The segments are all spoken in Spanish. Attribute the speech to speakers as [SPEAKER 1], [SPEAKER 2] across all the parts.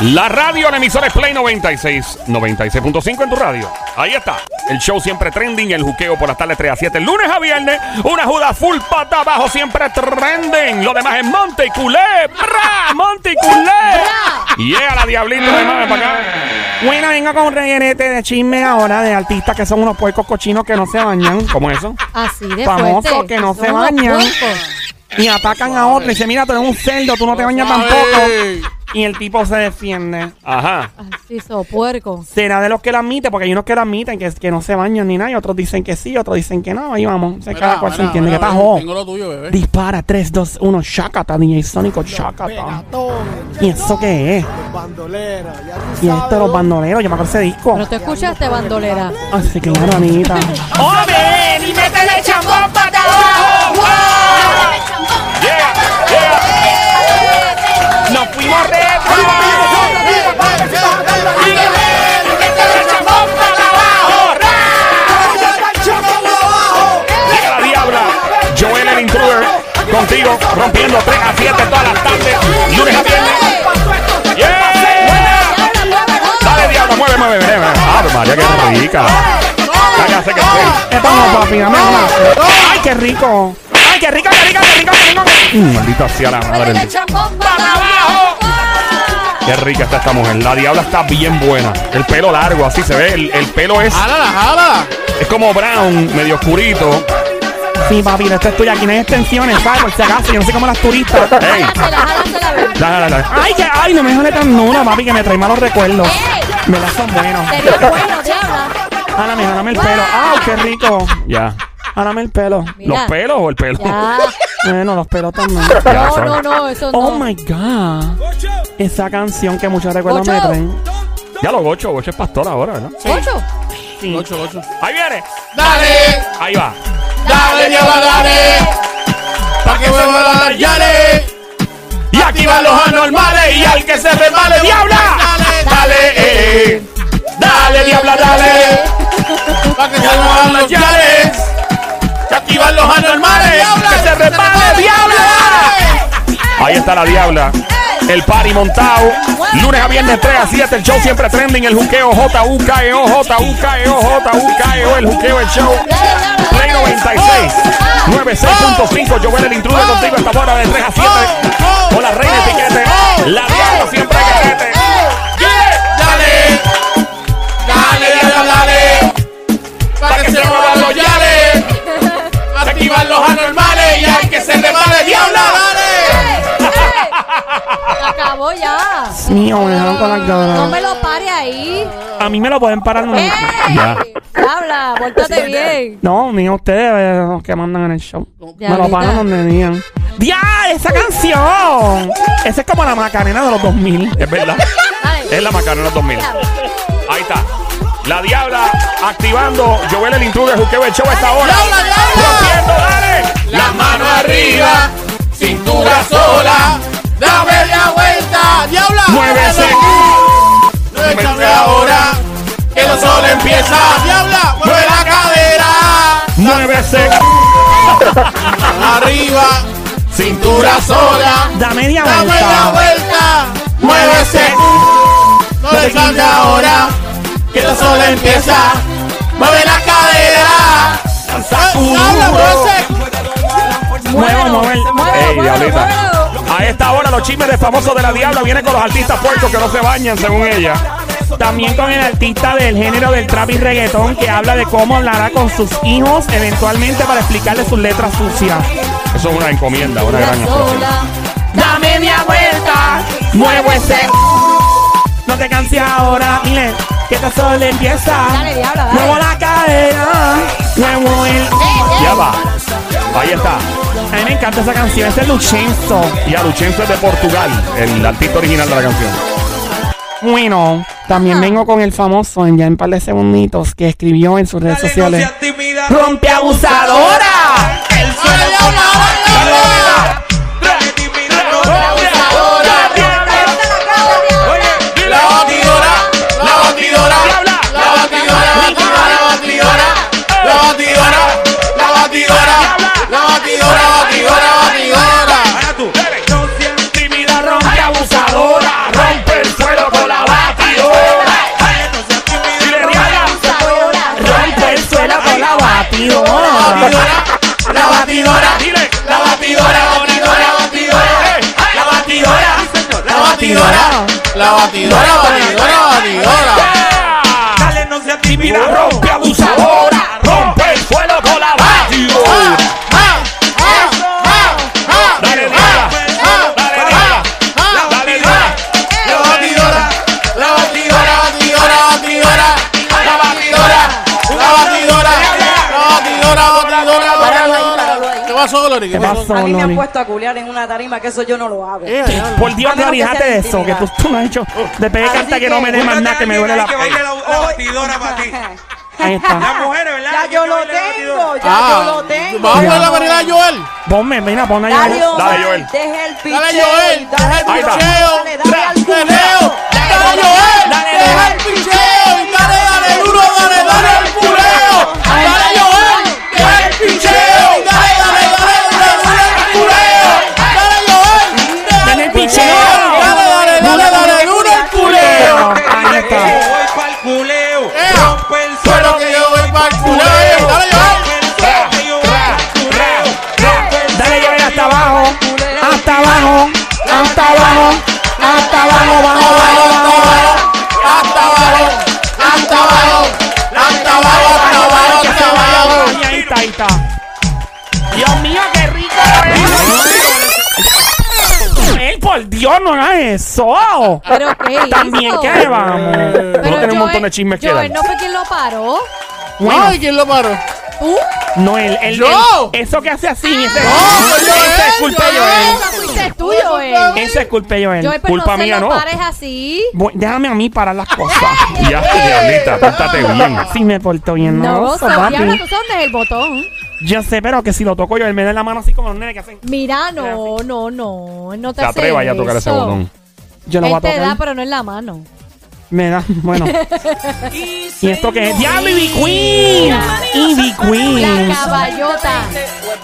[SPEAKER 1] La radio, la emisora es Play 96, 96.5 en tu radio. Ahí está. El show siempre trending, el juqueo por las tardes 3 a 7, lunes a viernes. Una juda full pata abajo, siempre trending. Lo demás es Monte y culé. ¡Bra! ¡Monte y culé! Y yeah, la diablita de madre para acá.
[SPEAKER 2] Bueno, vengo con un rellenete de chisme ahora de artistas que son unos puercos cochinos que no se bañan.
[SPEAKER 1] ¿Cómo es eso?
[SPEAKER 3] Así de
[SPEAKER 2] Famoso
[SPEAKER 3] fuerte.
[SPEAKER 2] que no se
[SPEAKER 3] Somos
[SPEAKER 2] baña.
[SPEAKER 3] puercos.
[SPEAKER 2] Y atacan a otro y dicen, mira, tú eres un cerdo, tú no te bañas
[SPEAKER 1] Ay.
[SPEAKER 2] tampoco. Y el tipo se defiende.
[SPEAKER 1] Ajá.
[SPEAKER 3] Así so puerco.
[SPEAKER 2] Será de los que la admiten, porque hay unos que la admiten que, que no se bañan ni nada, y otros dicen que sí, otros dicen que no. Ahí vamos. Se cada cual se entiende que está
[SPEAKER 4] Tengo lo tuyo, bebé.
[SPEAKER 2] Dispara 3, 2, 1, shakata, DJ Sónico, shakata. ¿Y eso qué es? Y esto de los bandoleros, yo me acuerdo ese disco.
[SPEAKER 3] Pero tú escuchaste, bandolera.
[SPEAKER 2] Así que claro, amiguita.
[SPEAKER 1] ¡Ove! ¡Y métele chambón para abajo! ¡Llega! ¡Llega! ¡Nos fuimos retro! ¡Llega la diabla! Joel el intruder contigo, rompiendo 3 a 7 todas las tardes, lunes a viernes. ¡Yeah! Dale, diabla, mueve, mueve, mueve. ¡Ave María, qué rica! Cállate que sí.
[SPEAKER 2] Esto no, papi, dame una. ¡Ay, qué rico! ¡Ay, qué rico, qué rico, qué rico, qué rico!
[SPEAKER 1] Mm, Maldita sea la madre. Qué rica está esta mujer. La diabla está bien buena. El pelo largo, así se ve. El, el pelo es,
[SPEAKER 4] ¡Jálala, jálala!
[SPEAKER 1] es como brown, medio oscurito.
[SPEAKER 2] Sí, papi, pero esto es tuyo. Aquí no hay extensiones, ¿sabes? Por si acaso, yo no sé cómo las turistas.
[SPEAKER 1] ¡Ey! Dale, dale, dale.
[SPEAKER 2] Ay, que, ay, no me jale tan nula, papi, que me trae malos recuerdos. Me las son buenos. Ana, me jálame el pelo. ¡Ay, qué rico!
[SPEAKER 1] Ya.
[SPEAKER 2] Jálame el pelo.
[SPEAKER 1] ¿Los pelos o el pelo?
[SPEAKER 3] Ya.
[SPEAKER 2] Bueno, los pelos también.
[SPEAKER 1] Ya,
[SPEAKER 3] No,
[SPEAKER 1] son-
[SPEAKER 3] no, no, eso no.
[SPEAKER 2] Oh my god. Esa canción que muchos recuerdos me
[SPEAKER 3] Ocho.
[SPEAKER 2] traen.
[SPEAKER 1] Ya lo gocho, gocho es pastor ahora, ¿verdad?
[SPEAKER 3] Ocho.
[SPEAKER 2] Sí.
[SPEAKER 4] Ocho, ocho.
[SPEAKER 1] Ahí viene.
[SPEAKER 4] ¡Dale!
[SPEAKER 1] Ahí va.
[SPEAKER 4] ¡Dale, diabla, dale! ¡Pa' que vuelva a dar, yale!
[SPEAKER 1] Y aquí van los anormales y al que se resbale, diabla.
[SPEAKER 4] Dale,
[SPEAKER 1] Dale, eh, eh. dale, diabla, dale.
[SPEAKER 4] ¡Pa' que vuelva a dar, yale!
[SPEAKER 1] Y aquí van los anormales
[SPEAKER 4] ¡Diabla!
[SPEAKER 1] que se resbale, diabla. Ahí está la diabla. El party montado. Lunes a viernes 3 a 7. El show siempre trending. El juqueo J-U-K-E-O. J-U-K-E-O. J-U-K-E-O. E El juqueo, el show. Play 96. 96.5. Yo el intruso contigo esta hora de 3 a 7. Con la reina etiquete. La diabla siempre etiquete.
[SPEAKER 4] ¡Dale! ¡Dale, diabla, dale! ¡Pa' que se muevan los yales! ¡Aquí van los anormales y al que se resbale, diabla, dale!
[SPEAKER 3] Acabó ya.
[SPEAKER 2] Dios mío, me dejaron con las
[SPEAKER 3] No
[SPEAKER 2] ganas.
[SPEAKER 3] me lo pare ahí.
[SPEAKER 2] A mí me lo pueden parar. No,
[SPEAKER 3] ¡Ey!
[SPEAKER 1] Ya.
[SPEAKER 3] Habla, pórtate bien.
[SPEAKER 2] no ni a ustedes eh, los que mandan en el show.
[SPEAKER 3] Ya,
[SPEAKER 2] me lo
[SPEAKER 3] ahorita.
[SPEAKER 2] paran donde digan. ¡Ya! ¡Esa canción! Esa es como la macarena de los 2000.
[SPEAKER 1] Es verdad.
[SPEAKER 3] Dale.
[SPEAKER 1] Es la Macarena 2000. Ahí está. La diabla activando. Joel el intruder. Juqueo, el show a esta hora.
[SPEAKER 4] ¡Diabla, diabla!
[SPEAKER 1] Rompiendo, dale.
[SPEAKER 4] La mano arriba, cintura sola, da media vuelta, diabla.
[SPEAKER 1] Muévese.
[SPEAKER 4] Muévete ahora, que el sol empieza, diabla. Mueve la cadera,
[SPEAKER 1] Muévese.
[SPEAKER 4] mano arriba, cintura sola,
[SPEAKER 2] Da media
[SPEAKER 4] da media
[SPEAKER 2] vuelta.
[SPEAKER 4] vuelta, muévese. No le salga ahora, que el sol empieza, mueve la cadera. Eh, Diabla, muévese.
[SPEAKER 2] Muevo, muevo el-
[SPEAKER 3] muévelo,
[SPEAKER 1] Ey,
[SPEAKER 3] muévelo,
[SPEAKER 1] diablita.
[SPEAKER 3] muévelo.
[SPEAKER 1] A esta hora los chismes de famosos de la diabla vienen con los artistas puercos que no se bañan, según ella.
[SPEAKER 2] También con el artista del género del trap y reggaetón que habla de cómo hablará con sus hijos eventualmente para explicarle sus letras sucias.
[SPEAKER 1] Eso es una encomienda, una gran expresión.
[SPEAKER 3] Sola.
[SPEAKER 2] Da media vuelta, muevo ese. No te canses ahora, mire, que este sol empieza.
[SPEAKER 3] Dale, diabla, dale.
[SPEAKER 2] Muevo la cadera, muevo el.
[SPEAKER 1] Ya va. Ahí está.
[SPEAKER 2] A mí me encanta esa canción, ese es Lucenzo.
[SPEAKER 1] Y Aluchense de Portugal, el artista original de la canción.
[SPEAKER 2] Bueno,
[SPEAKER 5] Ah.
[SPEAKER 2] también vengo con el famoso en ya en par de segunditos que escribió en sus redes sociales. ¡Rompe abusadora!
[SPEAKER 4] Dale, diabla, dale, diabla. La batidora, la batidora, la batidora, la batidora, la batidora, la batidora, la batidora, batidora, batidora.
[SPEAKER 1] Tímida, rompe abusadora, rompe el suelo
[SPEAKER 4] La batidora, batidora, batidora.
[SPEAKER 6] Dale, no seas tímida,
[SPEAKER 1] rompe abusadora, rompe el suelo con la batidora.
[SPEAKER 4] Ah, ah, ah, ah.
[SPEAKER 1] Dale,
[SPEAKER 4] Ah,
[SPEAKER 1] dale,
[SPEAKER 4] ah,
[SPEAKER 1] dale,
[SPEAKER 4] ah, ah.
[SPEAKER 1] dale, dale, dale.
[SPEAKER 4] La batidora, la batidora, batidora, batidora, la batidora, la batidora, la batidora, batidora, batidora. ¿Qué pasó, Glory?
[SPEAKER 2] ¿Qué pasó,
[SPEAKER 5] A mí me han
[SPEAKER 2] Loni?
[SPEAKER 5] puesto a culear en una tarima que eso yo no lo hago.
[SPEAKER 4] Eh, diablo.
[SPEAKER 2] Por Dios,
[SPEAKER 5] A menos
[SPEAKER 2] Glory,
[SPEAKER 5] que
[SPEAKER 2] déjate
[SPEAKER 5] sea
[SPEAKER 2] de eso, que
[SPEAKER 5] intimidad.
[SPEAKER 2] tú, tú no has hecho. Después de
[SPEAKER 5] Así
[SPEAKER 2] cantar que no me dé
[SPEAKER 5] que-
[SPEAKER 2] más nada, que me duele la
[SPEAKER 6] Que baile la, la batidora para ti.
[SPEAKER 2] Ahí
[SPEAKER 6] Las
[SPEAKER 2] está.
[SPEAKER 6] mujeres, ¿verdad?
[SPEAKER 5] Ya
[SPEAKER 6] Que
[SPEAKER 5] yo
[SPEAKER 6] baile
[SPEAKER 5] lo
[SPEAKER 6] la batidora.
[SPEAKER 5] tengo, ya
[SPEAKER 4] Ah,
[SPEAKER 5] yo lo tengo.
[SPEAKER 4] vamos a ver la manera de Joel.
[SPEAKER 2] Ponme, mira, pon ahí.
[SPEAKER 5] Dale,
[SPEAKER 2] algo.
[SPEAKER 1] Dale,
[SPEAKER 5] Joel.
[SPEAKER 1] Joel.
[SPEAKER 5] Deja el picheo.
[SPEAKER 4] Dale, Joel, deja el
[SPEAKER 1] Ahí está.
[SPEAKER 4] picheo.
[SPEAKER 5] Dale, dale al
[SPEAKER 4] Peleo.
[SPEAKER 5] puleo.
[SPEAKER 4] Dale, Joel, deja el picheo. Y Dale, dale, duro, dale, dale el puleo. Dale, Joel, deja el picheo. Y Dale, dale, dale, duro, dale el puleo. Dale, Joel, deja el picheo. Y Dale, dale, dale, dale, duro el puleo.
[SPEAKER 2] Ahí está. Eh.
[SPEAKER 6] Yo voy pa'l culeo.
[SPEAKER 4] Ea.
[SPEAKER 6] Rompe el
[SPEAKER 4] Bueno,
[SPEAKER 6] suelo
[SPEAKER 4] que yo voy para el puleo. Dale, Joel.
[SPEAKER 6] Rompe el suelo que yo voy pa'l culeo.
[SPEAKER 2] Dale, Joel, hasta abajo. Hasta abajo. Hasta abajo. Hasta abajo, bajo, bajo, bajo. bajo.
[SPEAKER 4] Hasta abajo, hasta abajo, hasta abajo, hasta abajo, hasta abajo.
[SPEAKER 2] Ahí, ahí está, ahí está. Dios mío, qué rico. Él, por Dios, no hagas eso.
[SPEAKER 3] Pero qué hizo?
[SPEAKER 2] También, ¿qué vamos?
[SPEAKER 3] Pero
[SPEAKER 2] Vamos a tener un
[SPEAKER 3] Joel-
[SPEAKER 2] montón de chismes que dar.
[SPEAKER 3] Joel no fue quien lo paró.
[SPEAKER 2] Bueno,
[SPEAKER 4] Ay, ¿quién lo paró?
[SPEAKER 3] Tú.
[SPEAKER 2] no, él, él,
[SPEAKER 4] ¡Yo!
[SPEAKER 2] él- Eso que hace así, ese,
[SPEAKER 4] fue Joel,
[SPEAKER 2] esa es culpa de
[SPEAKER 4] Joel.
[SPEAKER 2] Joel.
[SPEAKER 3] Esa fuiste tú, Joel.
[SPEAKER 2] Esa es culpa de Joel.
[SPEAKER 3] Joel, pero
[SPEAKER 1] culpa
[SPEAKER 3] no se
[SPEAKER 1] mía,
[SPEAKER 3] lo
[SPEAKER 1] no.
[SPEAKER 3] pares así.
[SPEAKER 2] Voy- déjame a mí parar las cosas.
[SPEAKER 1] Ya, diablita, pórtate bien.
[SPEAKER 2] Si me porto bien,
[SPEAKER 3] No,
[SPEAKER 2] no,
[SPEAKER 3] vos
[SPEAKER 2] so, papi.
[SPEAKER 3] diabla, tú sabes dónde es el botón.
[SPEAKER 2] Yo sé, pero que si lo toco yo, él me da la mano así como los nenes que hacen.
[SPEAKER 3] Mira, no, no, no. No te
[SPEAKER 1] Te
[SPEAKER 3] hace
[SPEAKER 1] atrevas ya a tocar ese
[SPEAKER 3] eso.
[SPEAKER 1] botón.
[SPEAKER 2] Yo lo voy a
[SPEAKER 3] Él te da,
[SPEAKER 2] tocar.
[SPEAKER 3] pero no en la mano.
[SPEAKER 2] Me da, bueno. ¿Y esto qué es? ¡Diablo, Ivy Queen! Ivy
[SPEAKER 3] La
[SPEAKER 2] Queen.
[SPEAKER 3] caballota.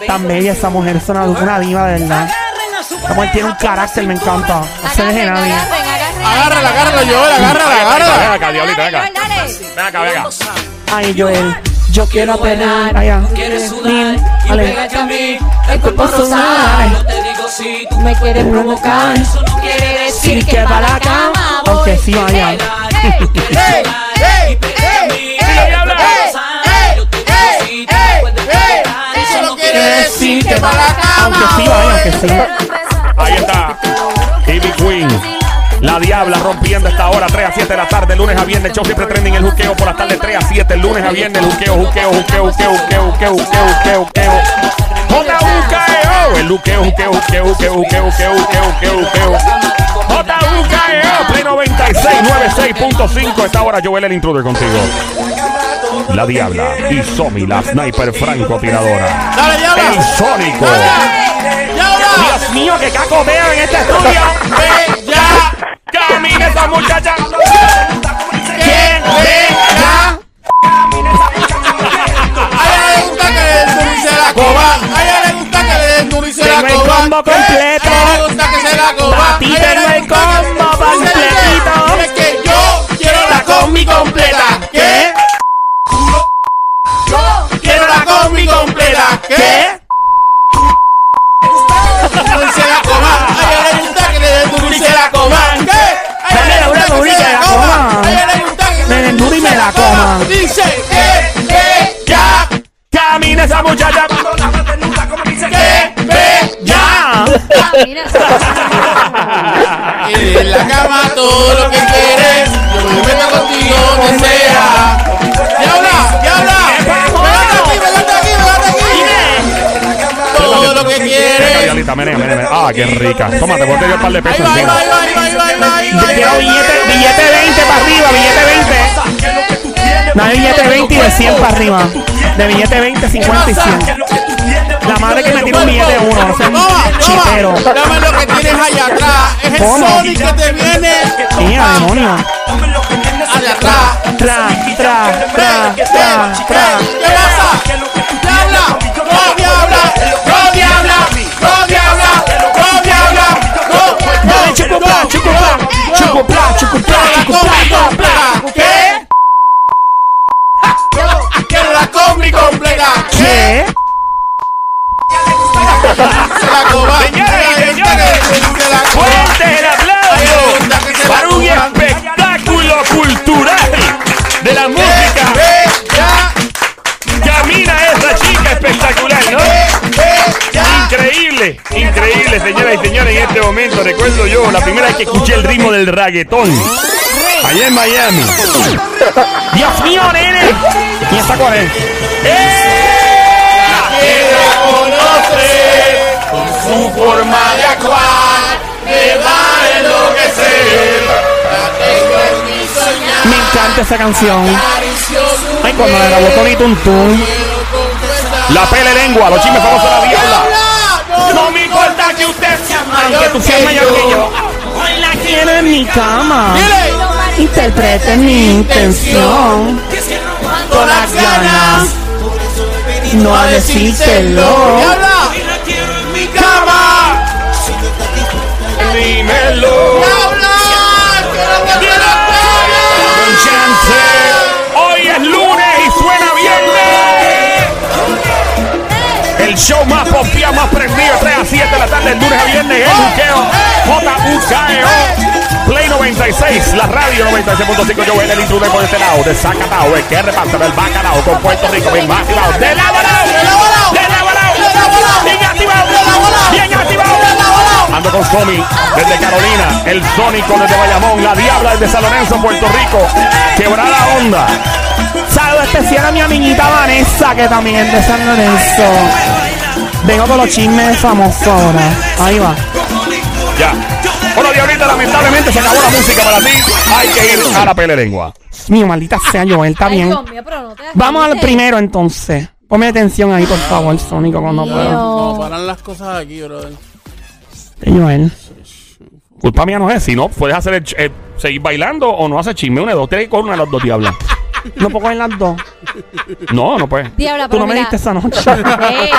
[SPEAKER 2] Tan bella esa mujer, es una, una diva de verdad. La mujer tiene un carácter, me encanta. No se deje
[SPEAKER 3] Agarren,
[SPEAKER 2] nadie.
[SPEAKER 3] agarren, agarren.
[SPEAKER 4] Agárrala, agárrala, Joel, agárrala,
[SPEAKER 1] Ven
[SPEAKER 4] agárrala.
[SPEAKER 1] acá, diablita, ven acá.
[SPEAKER 3] Dale, Joel,
[SPEAKER 1] Ven acá, ven acá.
[SPEAKER 2] Ay, Joel, yo quiero tener. Allá.
[SPEAKER 7] Quieres sudar y
[SPEAKER 2] Dale.
[SPEAKER 7] pégate a mí el cuerpo rosado. Yo te digo si tú me quieres provocar, eso no quiere decir que para la cama voy.
[SPEAKER 2] Aunque sí, vaya.
[SPEAKER 7] Tú quieres sudar y pégate a mí el cuerpo rosado. Yo te digo si tú me puedes provocar,
[SPEAKER 4] Eso no quiere decir que para la cama.
[SPEAKER 2] Aunque sí, vaya, aunque sí.
[SPEAKER 1] Ahí está. Ivy Queen. La Diabla rompiendo esta hora, 3 a 7 de la tarde, lunes a viernes. Show siempre trending el juqueo por la tarde, 3 a 7, lunes a viernes. El juqueo, juqueo, juqueo, juqueo, juqueo, juqueo, juqueo, juqueo, juqueo. J.U.K.E.O. E El juqueo, juqueo, juqueo, juqueo, juqueo, juqueo, juqueo, juqueo, juqueo. J.U.K.E.O. E Play 96, 96.5. Esta hora Joel el intruder contigo. La Diabla y Somi, la sniper francotiradora.
[SPEAKER 4] Dale,
[SPEAKER 1] El
[SPEAKER 4] diabla.
[SPEAKER 1] Sónico.
[SPEAKER 4] Diabla.
[SPEAKER 2] Dios mío, que cacoteo en este estudio.
[SPEAKER 4] Ve ya.
[SPEAKER 1] Camina esa muchacha.
[SPEAKER 4] ¿Quién ve ya? A ella le gusta que le den duro y se la coba. A ella le gusta que le den duro y se la
[SPEAKER 2] Tengo el
[SPEAKER 4] coba.
[SPEAKER 2] combo
[SPEAKER 4] Eh,
[SPEAKER 2] completo.
[SPEAKER 4] A ella le gusta que se la coba.
[SPEAKER 2] A ti
[SPEAKER 4] A ella
[SPEAKER 2] tengo
[SPEAKER 4] le
[SPEAKER 2] el
[SPEAKER 4] gusta que-
[SPEAKER 2] combo
[SPEAKER 4] Tú se dices,
[SPEAKER 2] completito.
[SPEAKER 4] Es que yo quiero la combi completa. ¿Qué? Yo quiero la combi completa. ¿Qué? Duro y se la coba. A ella le gusta que le den duro y se la coba. ¿Qué? A ella
[SPEAKER 2] Dame
[SPEAKER 4] le
[SPEAKER 2] la
[SPEAKER 4] gusta
[SPEAKER 2] dura,
[SPEAKER 4] que se
[SPEAKER 2] dura y
[SPEAKER 4] la
[SPEAKER 2] que la
[SPEAKER 4] coba.
[SPEAKER 2] coman.
[SPEAKER 4] A ella le gusta que
[SPEAKER 2] Me den duro y me la coman.
[SPEAKER 4] Dice que, que, ya,
[SPEAKER 1] Camina esa muchacha.
[SPEAKER 4] que, que, ya.
[SPEAKER 3] Camina.
[SPEAKER 4] Y en la cama todo lo que quieres. Yo me meto contigo donde sea. Diabla, diabla. Pégate aquí, pégate aquí, pégate aquí. Todo lo que quieres.
[SPEAKER 1] Diablita, menea, menea, menea. Ah, qué rica. Tómate, ponte yo un par de
[SPEAKER 4] Ahí
[SPEAKER 1] pesos
[SPEAKER 4] va, ahí va,
[SPEAKER 1] encima.
[SPEAKER 4] ahí va, ahí va, ahí va, ahí va, ahí va, ahí
[SPEAKER 2] Quiero
[SPEAKER 4] va.
[SPEAKER 2] billete, billete 20 para arriba, billete 20. No hay billete 20 y de 100 para arriba. De billete 20, 50 y 100. La madre que me tira un billete de uno. O sea, un
[SPEAKER 4] Toma,
[SPEAKER 2] chipero.
[SPEAKER 4] toma. Dame lo que tienes allá atrás. Es el
[SPEAKER 2] ¿Cómo?
[SPEAKER 4] Sonic que te viene.
[SPEAKER 2] Mira, demonio.
[SPEAKER 4] Allá atrás.
[SPEAKER 2] Tra, tra, tra, tra, tra.
[SPEAKER 4] ¿Qué pasa? Diabla, no diabla, no diabla, no diabla, no diabla, no, no,
[SPEAKER 2] Dale, chupopla, chupopla, chupopla, chupopla,
[SPEAKER 4] la combi completa. ¿Qué? Quiero la combi completa. ¿Qué?
[SPEAKER 2] ¿Qué?
[SPEAKER 4] Se la coba.
[SPEAKER 1] Señores,
[SPEAKER 4] Se la
[SPEAKER 1] señores.
[SPEAKER 4] coba.
[SPEAKER 1] ¡Fuerte el aplauso!
[SPEAKER 4] Para
[SPEAKER 1] Para un Señoras y señores, en este momento recuerdo yo la primera vez que escuché el ritmo del reggaetón. Allá en Miami.
[SPEAKER 2] Dios mío, nene.
[SPEAKER 1] ¿Y esa cuál es?
[SPEAKER 4] conoce con su forma de actuar, me va a enloquecer.
[SPEAKER 2] Me encanta esa canción. Ay, cuando la grabó Tony Tuntún.
[SPEAKER 1] La pele lengua, los chismes famosos de la diabla.
[SPEAKER 4] No me importa que usted sea
[SPEAKER 2] Aunque tú seas mayor que yo. Hoy la quiero en mi cama. Interprete mi intención.
[SPEAKER 4] Con las ganas,
[SPEAKER 2] No a
[SPEAKER 4] díselo.
[SPEAKER 2] decírselo.
[SPEAKER 4] Diabla, en mi cama.
[SPEAKER 1] Dímelo.
[SPEAKER 4] Diabla, que no te quiero
[SPEAKER 1] con chance. Hoy es lunes y suena viernes. El show más popiado, más prendido, 3 a 7 de la tarde, el lunes a viernes, el buqueo, J-U-K-E-O, Play 96, la radio 96.5, yo en el intruder por este lado, de Zacatau, el que reparte el bacalao con Puerto Rico, bien más activado, de la balao, de la balao, de la balao, bien activado, bien activado, ando con Somi desde Carolina, el Sónico desde Bayamón, la Diabla desde San Lorenzo, Puerto Rico, quebrada onda,
[SPEAKER 2] Saludos especial este a mi amiguita Vanessa, que también es de San Lorenzo. Vengo con los chismes famosos ahora. Ahí va.
[SPEAKER 1] ya. Bueno, Diablita, lamentablemente se acabó la música para ti, hay que ir a la pele lengua.
[SPEAKER 2] Mío, maldita sea, Joel, está
[SPEAKER 3] Ay,
[SPEAKER 2] bien.
[SPEAKER 3] Dios mío, pero no te
[SPEAKER 2] Vamos al
[SPEAKER 3] asustes.
[SPEAKER 2] primero entonces. Ponme atención ahí, por favor, Sónico, cuando pueda.
[SPEAKER 3] Mío.
[SPEAKER 4] Paran las cosas aquí, brother.
[SPEAKER 2] Joel.
[SPEAKER 1] Culpa mía no es, si no, puedes hacer el ch- eh, seguir bailando o no haces chisme, una, dos, tres, con una de las dos diablas.
[SPEAKER 2] No puedo coger las dos.
[SPEAKER 1] No, no puedes.
[SPEAKER 3] Diabla,
[SPEAKER 2] Tú
[SPEAKER 3] pero
[SPEAKER 2] no me
[SPEAKER 3] mira.
[SPEAKER 2] diste esa noche.
[SPEAKER 3] Ey,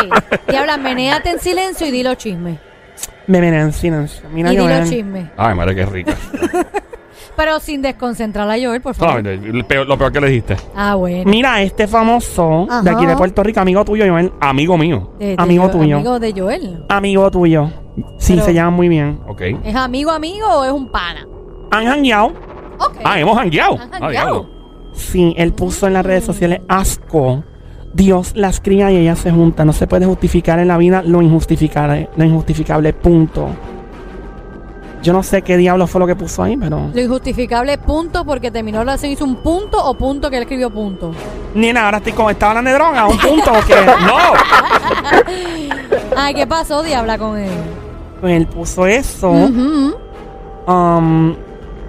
[SPEAKER 3] Diabla, menéate en silencio y di los chismes.
[SPEAKER 2] me vienen en silencio. Mira,
[SPEAKER 3] y di los
[SPEAKER 2] Joel.
[SPEAKER 3] chismes.
[SPEAKER 1] Ay, madre, qué rica.
[SPEAKER 3] Pero sin desconcentrar a Joel, por favor.
[SPEAKER 1] Solamente, el peor- lo peor que le dijiste.
[SPEAKER 3] Ah, bueno.
[SPEAKER 2] Mira, este famoso de aquí de
[SPEAKER 3] Ajá.
[SPEAKER 2] Puerto Rico, amigo tuyo, Joel.
[SPEAKER 1] Amigo mío.
[SPEAKER 3] De- de
[SPEAKER 2] Amigo
[SPEAKER 3] Joel-
[SPEAKER 2] tuyo.
[SPEAKER 3] Amigo de Joel.
[SPEAKER 2] Amigo tuyo. Sí,
[SPEAKER 3] Pero-
[SPEAKER 2] se llaman muy bien.
[SPEAKER 1] Ok.
[SPEAKER 3] ¿Es amigo amigo o es un pana?
[SPEAKER 2] Han hangueado.
[SPEAKER 3] Ok.
[SPEAKER 1] Ah, hemos hangueado.
[SPEAKER 3] Han
[SPEAKER 1] Ah, diablo.
[SPEAKER 2] Sí, él puso en las
[SPEAKER 3] Mm.
[SPEAKER 2] redes sociales asco. Dios las cría y ellas se juntan. No se puede justificar en la vida lo injustificable. Lo injustificable, punto. Yo no sé qué diablo fue lo que puso ahí, pero.
[SPEAKER 3] Lo injustificable punto porque terminó la oración hizo un punto o punto que él escribió punto.
[SPEAKER 2] Nena, ahora estoy como. Estaba hablando de droga, un punto o qué?
[SPEAKER 1] No.
[SPEAKER 3] Ay, ¿qué pasó, diabla, con él?
[SPEAKER 2] Pues él puso eso.
[SPEAKER 3] Ujú.
[SPEAKER 2] um,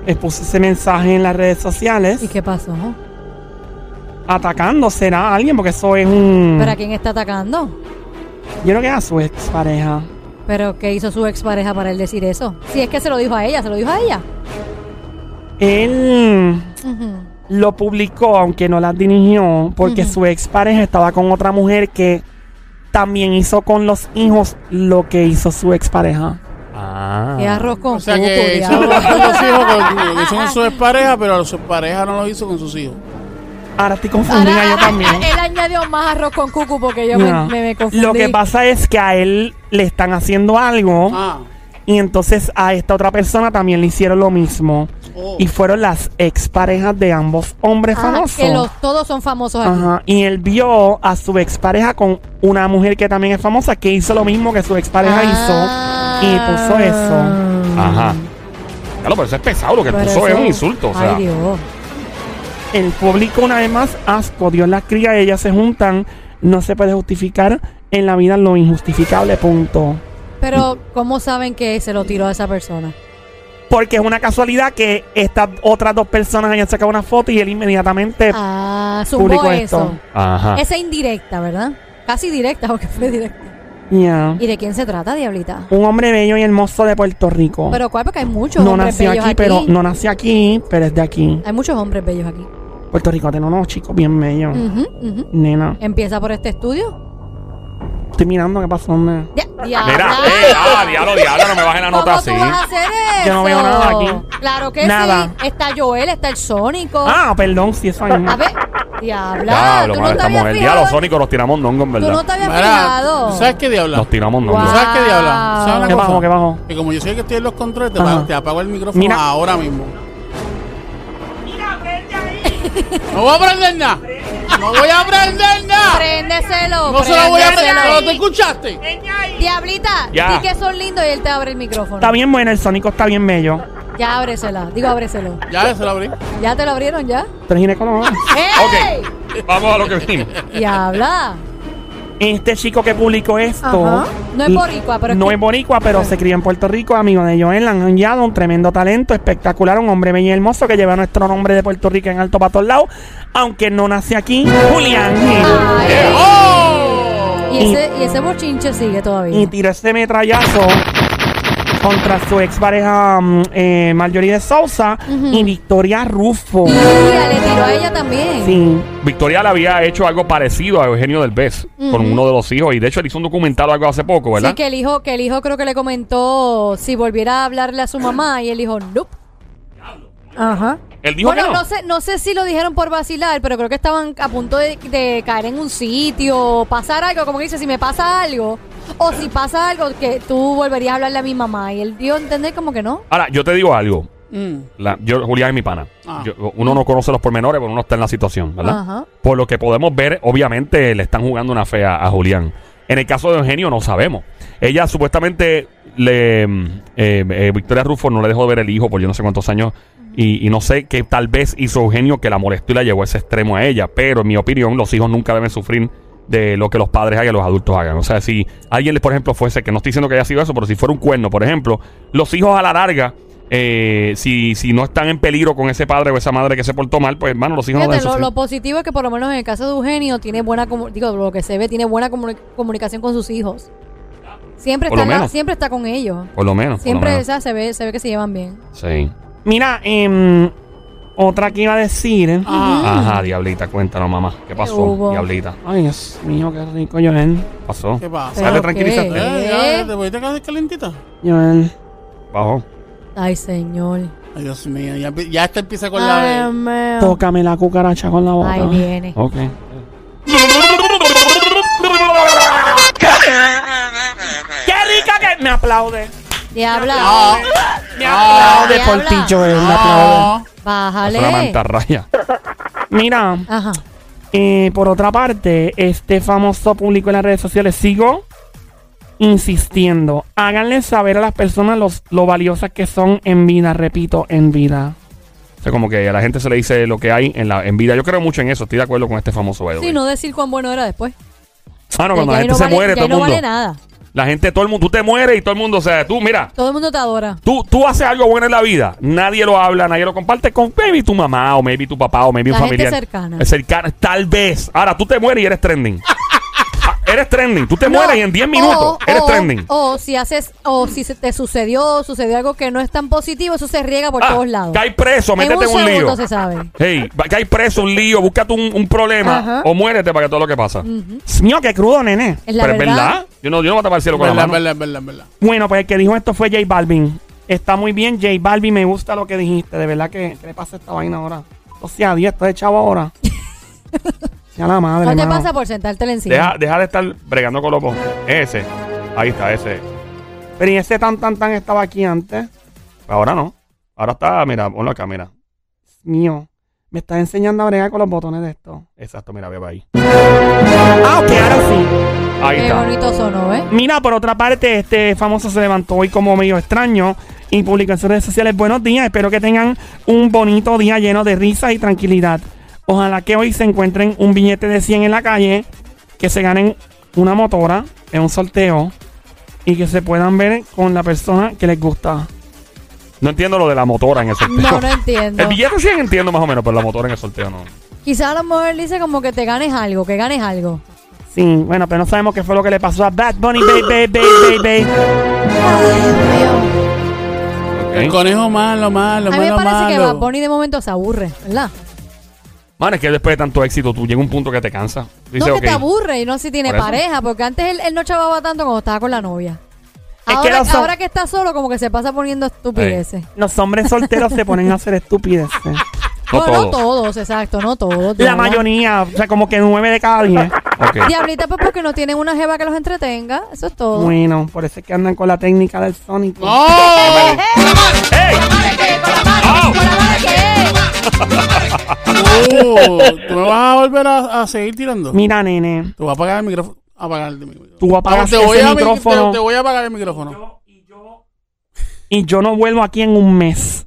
[SPEAKER 2] él puso ese mensaje en las redes sociales.
[SPEAKER 3] ¿Y qué pasó?
[SPEAKER 2] Mm. Atacándose a alguien, porque eso es un.
[SPEAKER 3] ¿Pero a quién está atacando?
[SPEAKER 2] Yo creo que era su ex pareja.
[SPEAKER 3] ¿Pero qué hizo su expareja para él decir eso? Si es que se lo dijo a ella, se lo dijo a ella.
[SPEAKER 2] Él.
[SPEAKER 3] Ujú.
[SPEAKER 2] lo publicó, aunque no la dirigió, porque
[SPEAKER 3] Ujú.
[SPEAKER 2] su expareja estaba con otra mujer que también hizo con los hijos lo que hizo su expareja.
[SPEAKER 1] Ah.
[SPEAKER 3] ¿Qué arroz con
[SPEAKER 4] O sea
[SPEAKER 3] cuco,
[SPEAKER 4] que hizo
[SPEAKER 3] diablo?
[SPEAKER 4] con sus hijos, con, que son sus parejas, pero a sus parejas no lo hizo con sus hijos.
[SPEAKER 2] Ahora estoy
[SPEAKER 3] Ahora,
[SPEAKER 2] confundida yo también.
[SPEAKER 3] Él añadió más arroz con cucu porque yo
[SPEAKER 2] No.
[SPEAKER 3] me, me, me confundí.
[SPEAKER 2] Lo que pasa es que a él le están haciendo algo
[SPEAKER 4] Ah,
[SPEAKER 2] y entonces a esta otra persona también le hicieron lo mismo.
[SPEAKER 4] oh.
[SPEAKER 2] Y fueron las exparejas de ambos hombres
[SPEAKER 3] Ah,
[SPEAKER 2] famosos.
[SPEAKER 3] que los, todos son famosos aquí.
[SPEAKER 2] Ajá. Y él vio a su expareja con una mujer que también es famosa que hizo lo mismo que su expareja
[SPEAKER 3] Ah.
[SPEAKER 2] hizo y puso eso.
[SPEAKER 1] Ajá. Claro, pero eso es pesado. Lo que
[SPEAKER 3] Pero
[SPEAKER 1] puso es
[SPEAKER 3] eso-
[SPEAKER 1] un insulto. O sea,
[SPEAKER 3] Ay, Dios.
[SPEAKER 2] El público una vez más, asco, Dios las cría, ellas se juntan, no se puede justificar en la vida lo injustificable, punto.
[SPEAKER 3] Pero, ¿cómo saben que se lo tiró a esa persona?
[SPEAKER 2] Porque es una casualidad que estas otras dos personas hayan sacado una foto y él inmediatamente...
[SPEAKER 3] Ah,
[SPEAKER 2] Eh, Publicó
[SPEAKER 3] sumó
[SPEAKER 2] esto.
[SPEAKER 3] eso.
[SPEAKER 1] ajá.
[SPEAKER 3] Esa indirecta, ¿verdad? Casi directa, porque fue directa.
[SPEAKER 2] ya.
[SPEAKER 3] ¿Y de quién se trata, Diablita?
[SPEAKER 2] Un hombre bello y hermoso de Puerto Rico.
[SPEAKER 3] ¿Pero cuál? Porque hay muchos
[SPEAKER 2] no
[SPEAKER 3] hombres
[SPEAKER 2] nació aquí,
[SPEAKER 3] bellos aquí.
[SPEAKER 2] pero no nació aquí, pero es de aquí.
[SPEAKER 3] Hay muchos hombres bellos aquí.
[SPEAKER 2] Puerto Rico tiene unos chicos bien bellos.
[SPEAKER 3] Ujú, ujú.
[SPEAKER 2] Nena,
[SPEAKER 3] Empieza por este estudio.
[SPEAKER 2] estoy mirando qué pasó, nena.
[SPEAKER 3] Ya, diabla.
[SPEAKER 1] Mira, eh, ah, diablo, diablo, no me bajen la
[SPEAKER 3] ¿Cómo
[SPEAKER 1] nota
[SPEAKER 3] tú
[SPEAKER 1] así.
[SPEAKER 3] vas a hacer eso?
[SPEAKER 2] Yo no veo nada aquí.
[SPEAKER 3] Claro que
[SPEAKER 2] Nada.
[SPEAKER 3] sí. Está Joel, está el Sónico.
[SPEAKER 2] Ah, perdón, si eso es...
[SPEAKER 3] A ver, diabla.
[SPEAKER 1] Diablo, madre,
[SPEAKER 3] tú no te
[SPEAKER 1] esta
[SPEAKER 3] habías
[SPEAKER 1] mujer. Diablo,
[SPEAKER 3] fijado.
[SPEAKER 1] Sónico, nos tiramos nongo, en
[SPEAKER 3] Tú
[SPEAKER 1] verdad.
[SPEAKER 3] no te habías
[SPEAKER 4] Mira,
[SPEAKER 3] fijado.
[SPEAKER 4] ¿tú ¿sabes qué diabla?
[SPEAKER 1] Nos tiramos nongo.
[SPEAKER 3] Guau.
[SPEAKER 4] ¿Sabes qué diabla? ¿Sabes una
[SPEAKER 2] ¿Qué
[SPEAKER 4] cosa?
[SPEAKER 2] bajo, qué bajo?
[SPEAKER 4] Que como yo soy el que estoy en los controles, te,
[SPEAKER 2] Ajá.
[SPEAKER 4] pa- te apago el micrófono
[SPEAKER 2] Mira.
[SPEAKER 4] ahora mismo. ¡No voy a prender nada! No voy a aprender nada.
[SPEAKER 3] Préndeselo.
[SPEAKER 4] No se lo voy a aprender.
[SPEAKER 3] préndeselo
[SPEAKER 4] ¿No te
[SPEAKER 3] ahí.
[SPEAKER 4] escuchaste?
[SPEAKER 3] Diablita,
[SPEAKER 1] Ya.
[SPEAKER 3] di que son lindos y él te abre el micrófono.
[SPEAKER 2] Está bien bueno, el sónico está bien bello.
[SPEAKER 3] Ya ábresela. Digo, ábreselo.
[SPEAKER 4] Ya, se lo abrí.
[SPEAKER 3] ¿Ya te lo abrieron ya?
[SPEAKER 2] Pero ginecólogo.
[SPEAKER 3] ¡Ey!
[SPEAKER 1] Ok, vamos a lo que vinimos.
[SPEAKER 3] Diabla.
[SPEAKER 2] Este chico que publicó esto.
[SPEAKER 3] Ajá. No es boricua, pero es
[SPEAKER 2] No
[SPEAKER 3] que-
[SPEAKER 2] es boricua, pero se crió en Puerto Rico, amigo de Joel. Han hallado un tremendo talento espectacular, un hombre bello y hermoso que lleva nuestro nombre de Puerto Rico en alto para todos lados. Aunque no nace aquí, Julián Gil.
[SPEAKER 3] Ay.
[SPEAKER 2] Y-
[SPEAKER 3] Y ese, y ese bochinche sigue todavía.
[SPEAKER 2] Y tiró ese metrallazo contra su expareja mm, eh, Marjorie de Sousa y Victoria Rufo.
[SPEAKER 3] Mira, le tiró a ella también.
[SPEAKER 2] Sí.
[SPEAKER 1] Victoria le había hecho algo parecido a Eugenio Derbez con uno de los hijos y de hecho él hizo un documental o algo hace poco, ¿verdad?
[SPEAKER 3] Sí, que el hijo, que el hijo creo que le comentó si volviera a hablarle a su mamá y él dijo, nope. Ajá.
[SPEAKER 1] Él dijo
[SPEAKER 3] bueno,
[SPEAKER 1] que no.
[SPEAKER 3] no. sé, no sé si lo dijeron por vacilar, pero creo que estaban a punto de, de caer en un sitio, pasar algo, como que dice, si me pasa algo, o si pasa algo, que tú volverías a hablarle a mi mamá. Y él dio a entender como que no.
[SPEAKER 1] Ahora, yo te digo algo.
[SPEAKER 4] Mm.
[SPEAKER 1] La- yo, Julián es mi pana.
[SPEAKER 4] Ah.
[SPEAKER 1] Yo- uno no conoce los pormenores, pero uno está en la situación, ¿verdad?
[SPEAKER 3] Ajá.
[SPEAKER 1] Por lo que podemos ver, obviamente le están jugando una fea a Julián. En el caso de Eugenio no sabemos. Ella supuestamente le mm, eh, eh, Victoria Rufo no le dejó ver el hijo por yo no sé cuántos años. Y, y no sé que tal vez hizo Eugenio que la molestó y la llevó a ese extremo a ella. Pero en mi opinión, los hijos nunca deben sufrir de lo que los padres hagan, los adultos hagan. O sea, si alguien, por ejemplo, fuese, que no estoy diciendo que haya sido eso, pero si fuera un cuerno, por ejemplo, los hijos a la larga, eh, si, si no están en peligro con ese padre o esa madre que se portó mal, pues hermano, los hijos no
[SPEAKER 3] Fíjate,
[SPEAKER 1] deben
[SPEAKER 3] lo,
[SPEAKER 1] sufrir.
[SPEAKER 3] lo positivo es que por lo menos en el caso de Eugenio tiene buena, comu- digo, lo que se ve, tiene buena comuni- comunicación con sus hijos. Siempre
[SPEAKER 1] Por
[SPEAKER 3] está,
[SPEAKER 1] lo
[SPEAKER 3] la-
[SPEAKER 1] menos.
[SPEAKER 3] siempre está con ellos.
[SPEAKER 1] Por lo menos. por lo
[SPEAKER 3] Siempre
[SPEAKER 1] menos.
[SPEAKER 3] o sea, se, ve, se ve que se llevan bien.
[SPEAKER 1] Sí.
[SPEAKER 2] Mira, em, otra que iba a decir.
[SPEAKER 1] Ah. Ajá, diablita, cuéntanos, mamá. ¿Qué pasó,
[SPEAKER 3] Mm. hubo?
[SPEAKER 1] diablita?
[SPEAKER 2] Ay, Dios mío, qué rico, Joel.
[SPEAKER 1] ¿Qué pasó?
[SPEAKER 4] ¿Qué
[SPEAKER 1] Ya
[SPEAKER 4] pasa?
[SPEAKER 1] te
[SPEAKER 3] ¿Pero
[SPEAKER 1] tranquilizaste.
[SPEAKER 3] qué?
[SPEAKER 4] Eh, ya, ya, ¿Te voy a quedar calentita?
[SPEAKER 2] Joel.
[SPEAKER 1] Bajó.
[SPEAKER 3] Ay, señor.
[SPEAKER 4] Ay, Dios mío, ya, empi- ya esta empieza con la
[SPEAKER 3] Ay,
[SPEAKER 4] B.
[SPEAKER 3] meo.
[SPEAKER 2] Tócame la cucaracha con la boca.
[SPEAKER 3] Ahí viene.
[SPEAKER 1] Ok.
[SPEAKER 2] ¡Qué rica que me aplaude!
[SPEAKER 3] Diabla.
[SPEAKER 4] Ah.
[SPEAKER 2] Me aplaude
[SPEAKER 3] ¿qué
[SPEAKER 2] por
[SPEAKER 3] habla?
[SPEAKER 2] ti, Joel. Me aplaude.
[SPEAKER 1] Es
[SPEAKER 4] No.
[SPEAKER 1] una
[SPEAKER 3] Bájale.
[SPEAKER 1] mantarraya.
[SPEAKER 2] Mira,
[SPEAKER 3] Ajá.
[SPEAKER 2] eh, por otra parte, este famoso público en las redes sociales sigo insistiendo. Háganle saber a las personas los, lo valiosas que son en vida, repito, en vida.
[SPEAKER 1] O sea, como que a la gente se le dice lo que hay en, la, en vida. Yo creo mucho en eso. Estoy de acuerdo con este famoso Edwin.
[SPEAKER 3] Sí, no decir cuán bueno era después.
[SPEAKER 1] Ah, no,
[SPEAKER 3] Ya-
[SPEAKER 1] cuando
[SPEAKER 3] ya
[SPEAKER 1] la
[SPEAKER 3] ahí
[SPEAKER 1] gente
[SPEAKER 3] no
[SPEAKER 1] se
[SPEAKER 3] vale-
[SPEAKER 1] muere,
[SPEAKER 3] ya
[SPEAKER 1] todo
[SPEAKER 3] ahí
[SPEAKER 1] el
[SPEAKER 3] no
[SPEAKER 1] mundo.
[SPEAKER 3] vale nada.
[SPEAKER 1] La gente, todo el mundo. Tú te mueres y todo el mundo. O sea, tú, mira.
[SPEAKER 3] Todo el mundo te adora.
[SPEAKER 1] Tú, tú haces algo bueno en la vida. Nadie lo habla, nadie lo comparte con maybe tu mamá o maybe tu papá o maybe
[SPEAKER 3] La
[SPEAKER 1] un
[SPEAKER 3] gente
[SPEAKER 1] familiar.
[SPEAKER 3] cercana.
[SPEAKER 1] Eh, cercana, tal vez. Ahora tú te mueres y eres trending. Ah, eres trending. Tú te mueres y en
[SPEAKER 3] oh,
[SPEAKER 1] 10 minutos
[SPEAKER 3] O-
[SPEAKER 1] eres
[SPEAKER 3] o-
[SPEAKER 1] trending.
[SPEAKER 3] O si haces, o si se te sucedió, sucedió algo que no es tan positivo, eso se riega por
[SPEAKER 1] Ah,
[SPEAKER 3] todos lados.
[SPEAKER 1] Cae preso, métete en un,
[SPEAKER 3] segundo
[SPEAKER 1] lío.
[SPEAKER 3] se sabe.
[SPEAKER 1] Hey, va- cae preso un lío, búscate un, un problema
[SPEAKER 3] Ajá.
[SPEAKER 1] o muérete para que todo lo que pasa.
[SPEAKER 2] Dios mío, qué crudo, nene.
[SPEAKER 3] Es la
[SPEAKER 1] Pero es
[SPEAKER 3] verdad.
[SPEAKER 1] verdad. Yo no, yo no voy a tapar el cielo con la
[SPEAKER 4] Verdad,
[SPEAKER 1] mano.
[SPEAKER 4] verdad, verdad, verdad.
[SPEAKER 2] Bueno, pues el que dijo esto fue J Balvin. Está muy bien, J Balvin. Me gusta lo que dijiste. De verdad que ¿qué le pasa a esta vaina ahora. O sea, 10, de chavo ahora. ya la madre.
[SPEAKER 3] No te
[SPEAKER 2] mano.
[SPEAKER 3] pasa por sentártela encima.
[SPEAKER 1] Deja, deja de estar bregando con los ojos. Ese. Ahí está, ese.
[SPEAKER 2] Pero y ese tan tan tan estaba aquí antes.
[SPEAKER 1] Ahora no. Ahora está, mira, ponlo acá, mira.
[SPEAKER 2] Mío. Me estás enseñando a bregar con los botones de esto.
[SPEAKER 1] Exacto, mira, beba ahí.
[SPEAKER 2] Ah, ok, ahora sí.
[SPEAKER 1] Ahí
[SPEAKER 3] Qué
[SPEAKER 1] está.
[SPEAKER 3] bonito sonó, ¿eh?
[SPEAKER 2] Mira, por otra parte, este famoso se levantó hoy como medio extraño y publicó en sus redes sociales. Buenos días, espero que tengan un bonito día lleno de risas y tranquilidad. Ojalá que hoy se encuentren un billete de 100 en la calle, que se ganen una motora en un sorteo y que se puedan ver con la persona que les gusta.
[SPEAKER 1] No entiendo lo de la motora en el sorteo.
[SPEAKER 3] Ah, No, no entiendo.
[SPEAKER 1] El billete sí entiendo más o menos, pero la motora en el sorteo no.
[SPEAKER 3] Quizás a lo mejor dice como que te ganes algo, que ganes algo.
[SPEAKER 2] Sí, bueno, pero no sabemos qué fue lo que le pasó a Bad Bunny, baby, baby, baby.
[SPEAKER 4] El
[SPEAKER 1] ¿ok?
[SPEAKER 4] conejo malo, malo,
[SPEAKER 3] A mí me
[SPEAKER 4] malo,
[SPEAKER 3] parece que Bad
[SPEAKER 4] malo.
[SPEAKER 3] Bunny de momento se aburre, ¿verdad?
[SPEAKER 1] Mano, es que después de tanto éxito, tú llega un punto que te cansa. Dices,
[SPEAKER 3] no,
[SPEAKER 1] ok.
[SPEAKER 3] que te aburre y no sé si tiene
[SPEAKER 1] Por eso.
[SPEAKER 3] pareja, porque antes él, él no chavaba tanto cuando estaba con la novia.
[SPEAKER 2] Es que
[SPEAKER 3] Ahora,
[SPEAKER 2] no son-
[SPEAKER 3] ahora que está solo, como que se pasa poniendo estupideces.
[SPEAKER 2] Los hombres solteros se ponen a hacer estupideces.
[SPEAKER 1] No
[SPEAKER 3] no,
[SPEAKER 1] todos.
[SPEAKER 3] no todos, exacto, no todos.
[SPEAKER 2] La
[SPEAKER 3] ¿verdad?
[SPEAKER 2] mayoría, o sea, como que nueve de cada diez.
[SPEAKER 1] Ok.
[SPEAKER 3] Diablita, pues porque no tienen una jeva que los entretenga, eso es todo.
[SPEAKER 2] Bueno, por eso es que andan con la técnica del Sonic.
[SPEAKER 4] ¡No!
[SPEAKER 1] ¡Ey!
[SPEAKER 7] Con la mano,
[SPEAKER 1] ¡Au!
[SPEAKER 7] con la mano, que-
[SPEAKER 4] Tú, tú me vas a volver a, a seguir tirando.
[SPEAKER 2] Mira, nene,
[SPEAKER 4] Te voy a apagar el micrófono. Apagar el micrófono.
[SPEAKER 2] tú apagas
[SPEAKER 4] te, voy
[SPEAKER 2] ese
[SPEAKER 4] a,
[SPEAKER 2] micrófono
[SPEAKER 4] Te, te voy a apagar el micrófono.
[SPEAKER 2] y yo no vuelvo aquí en un mes.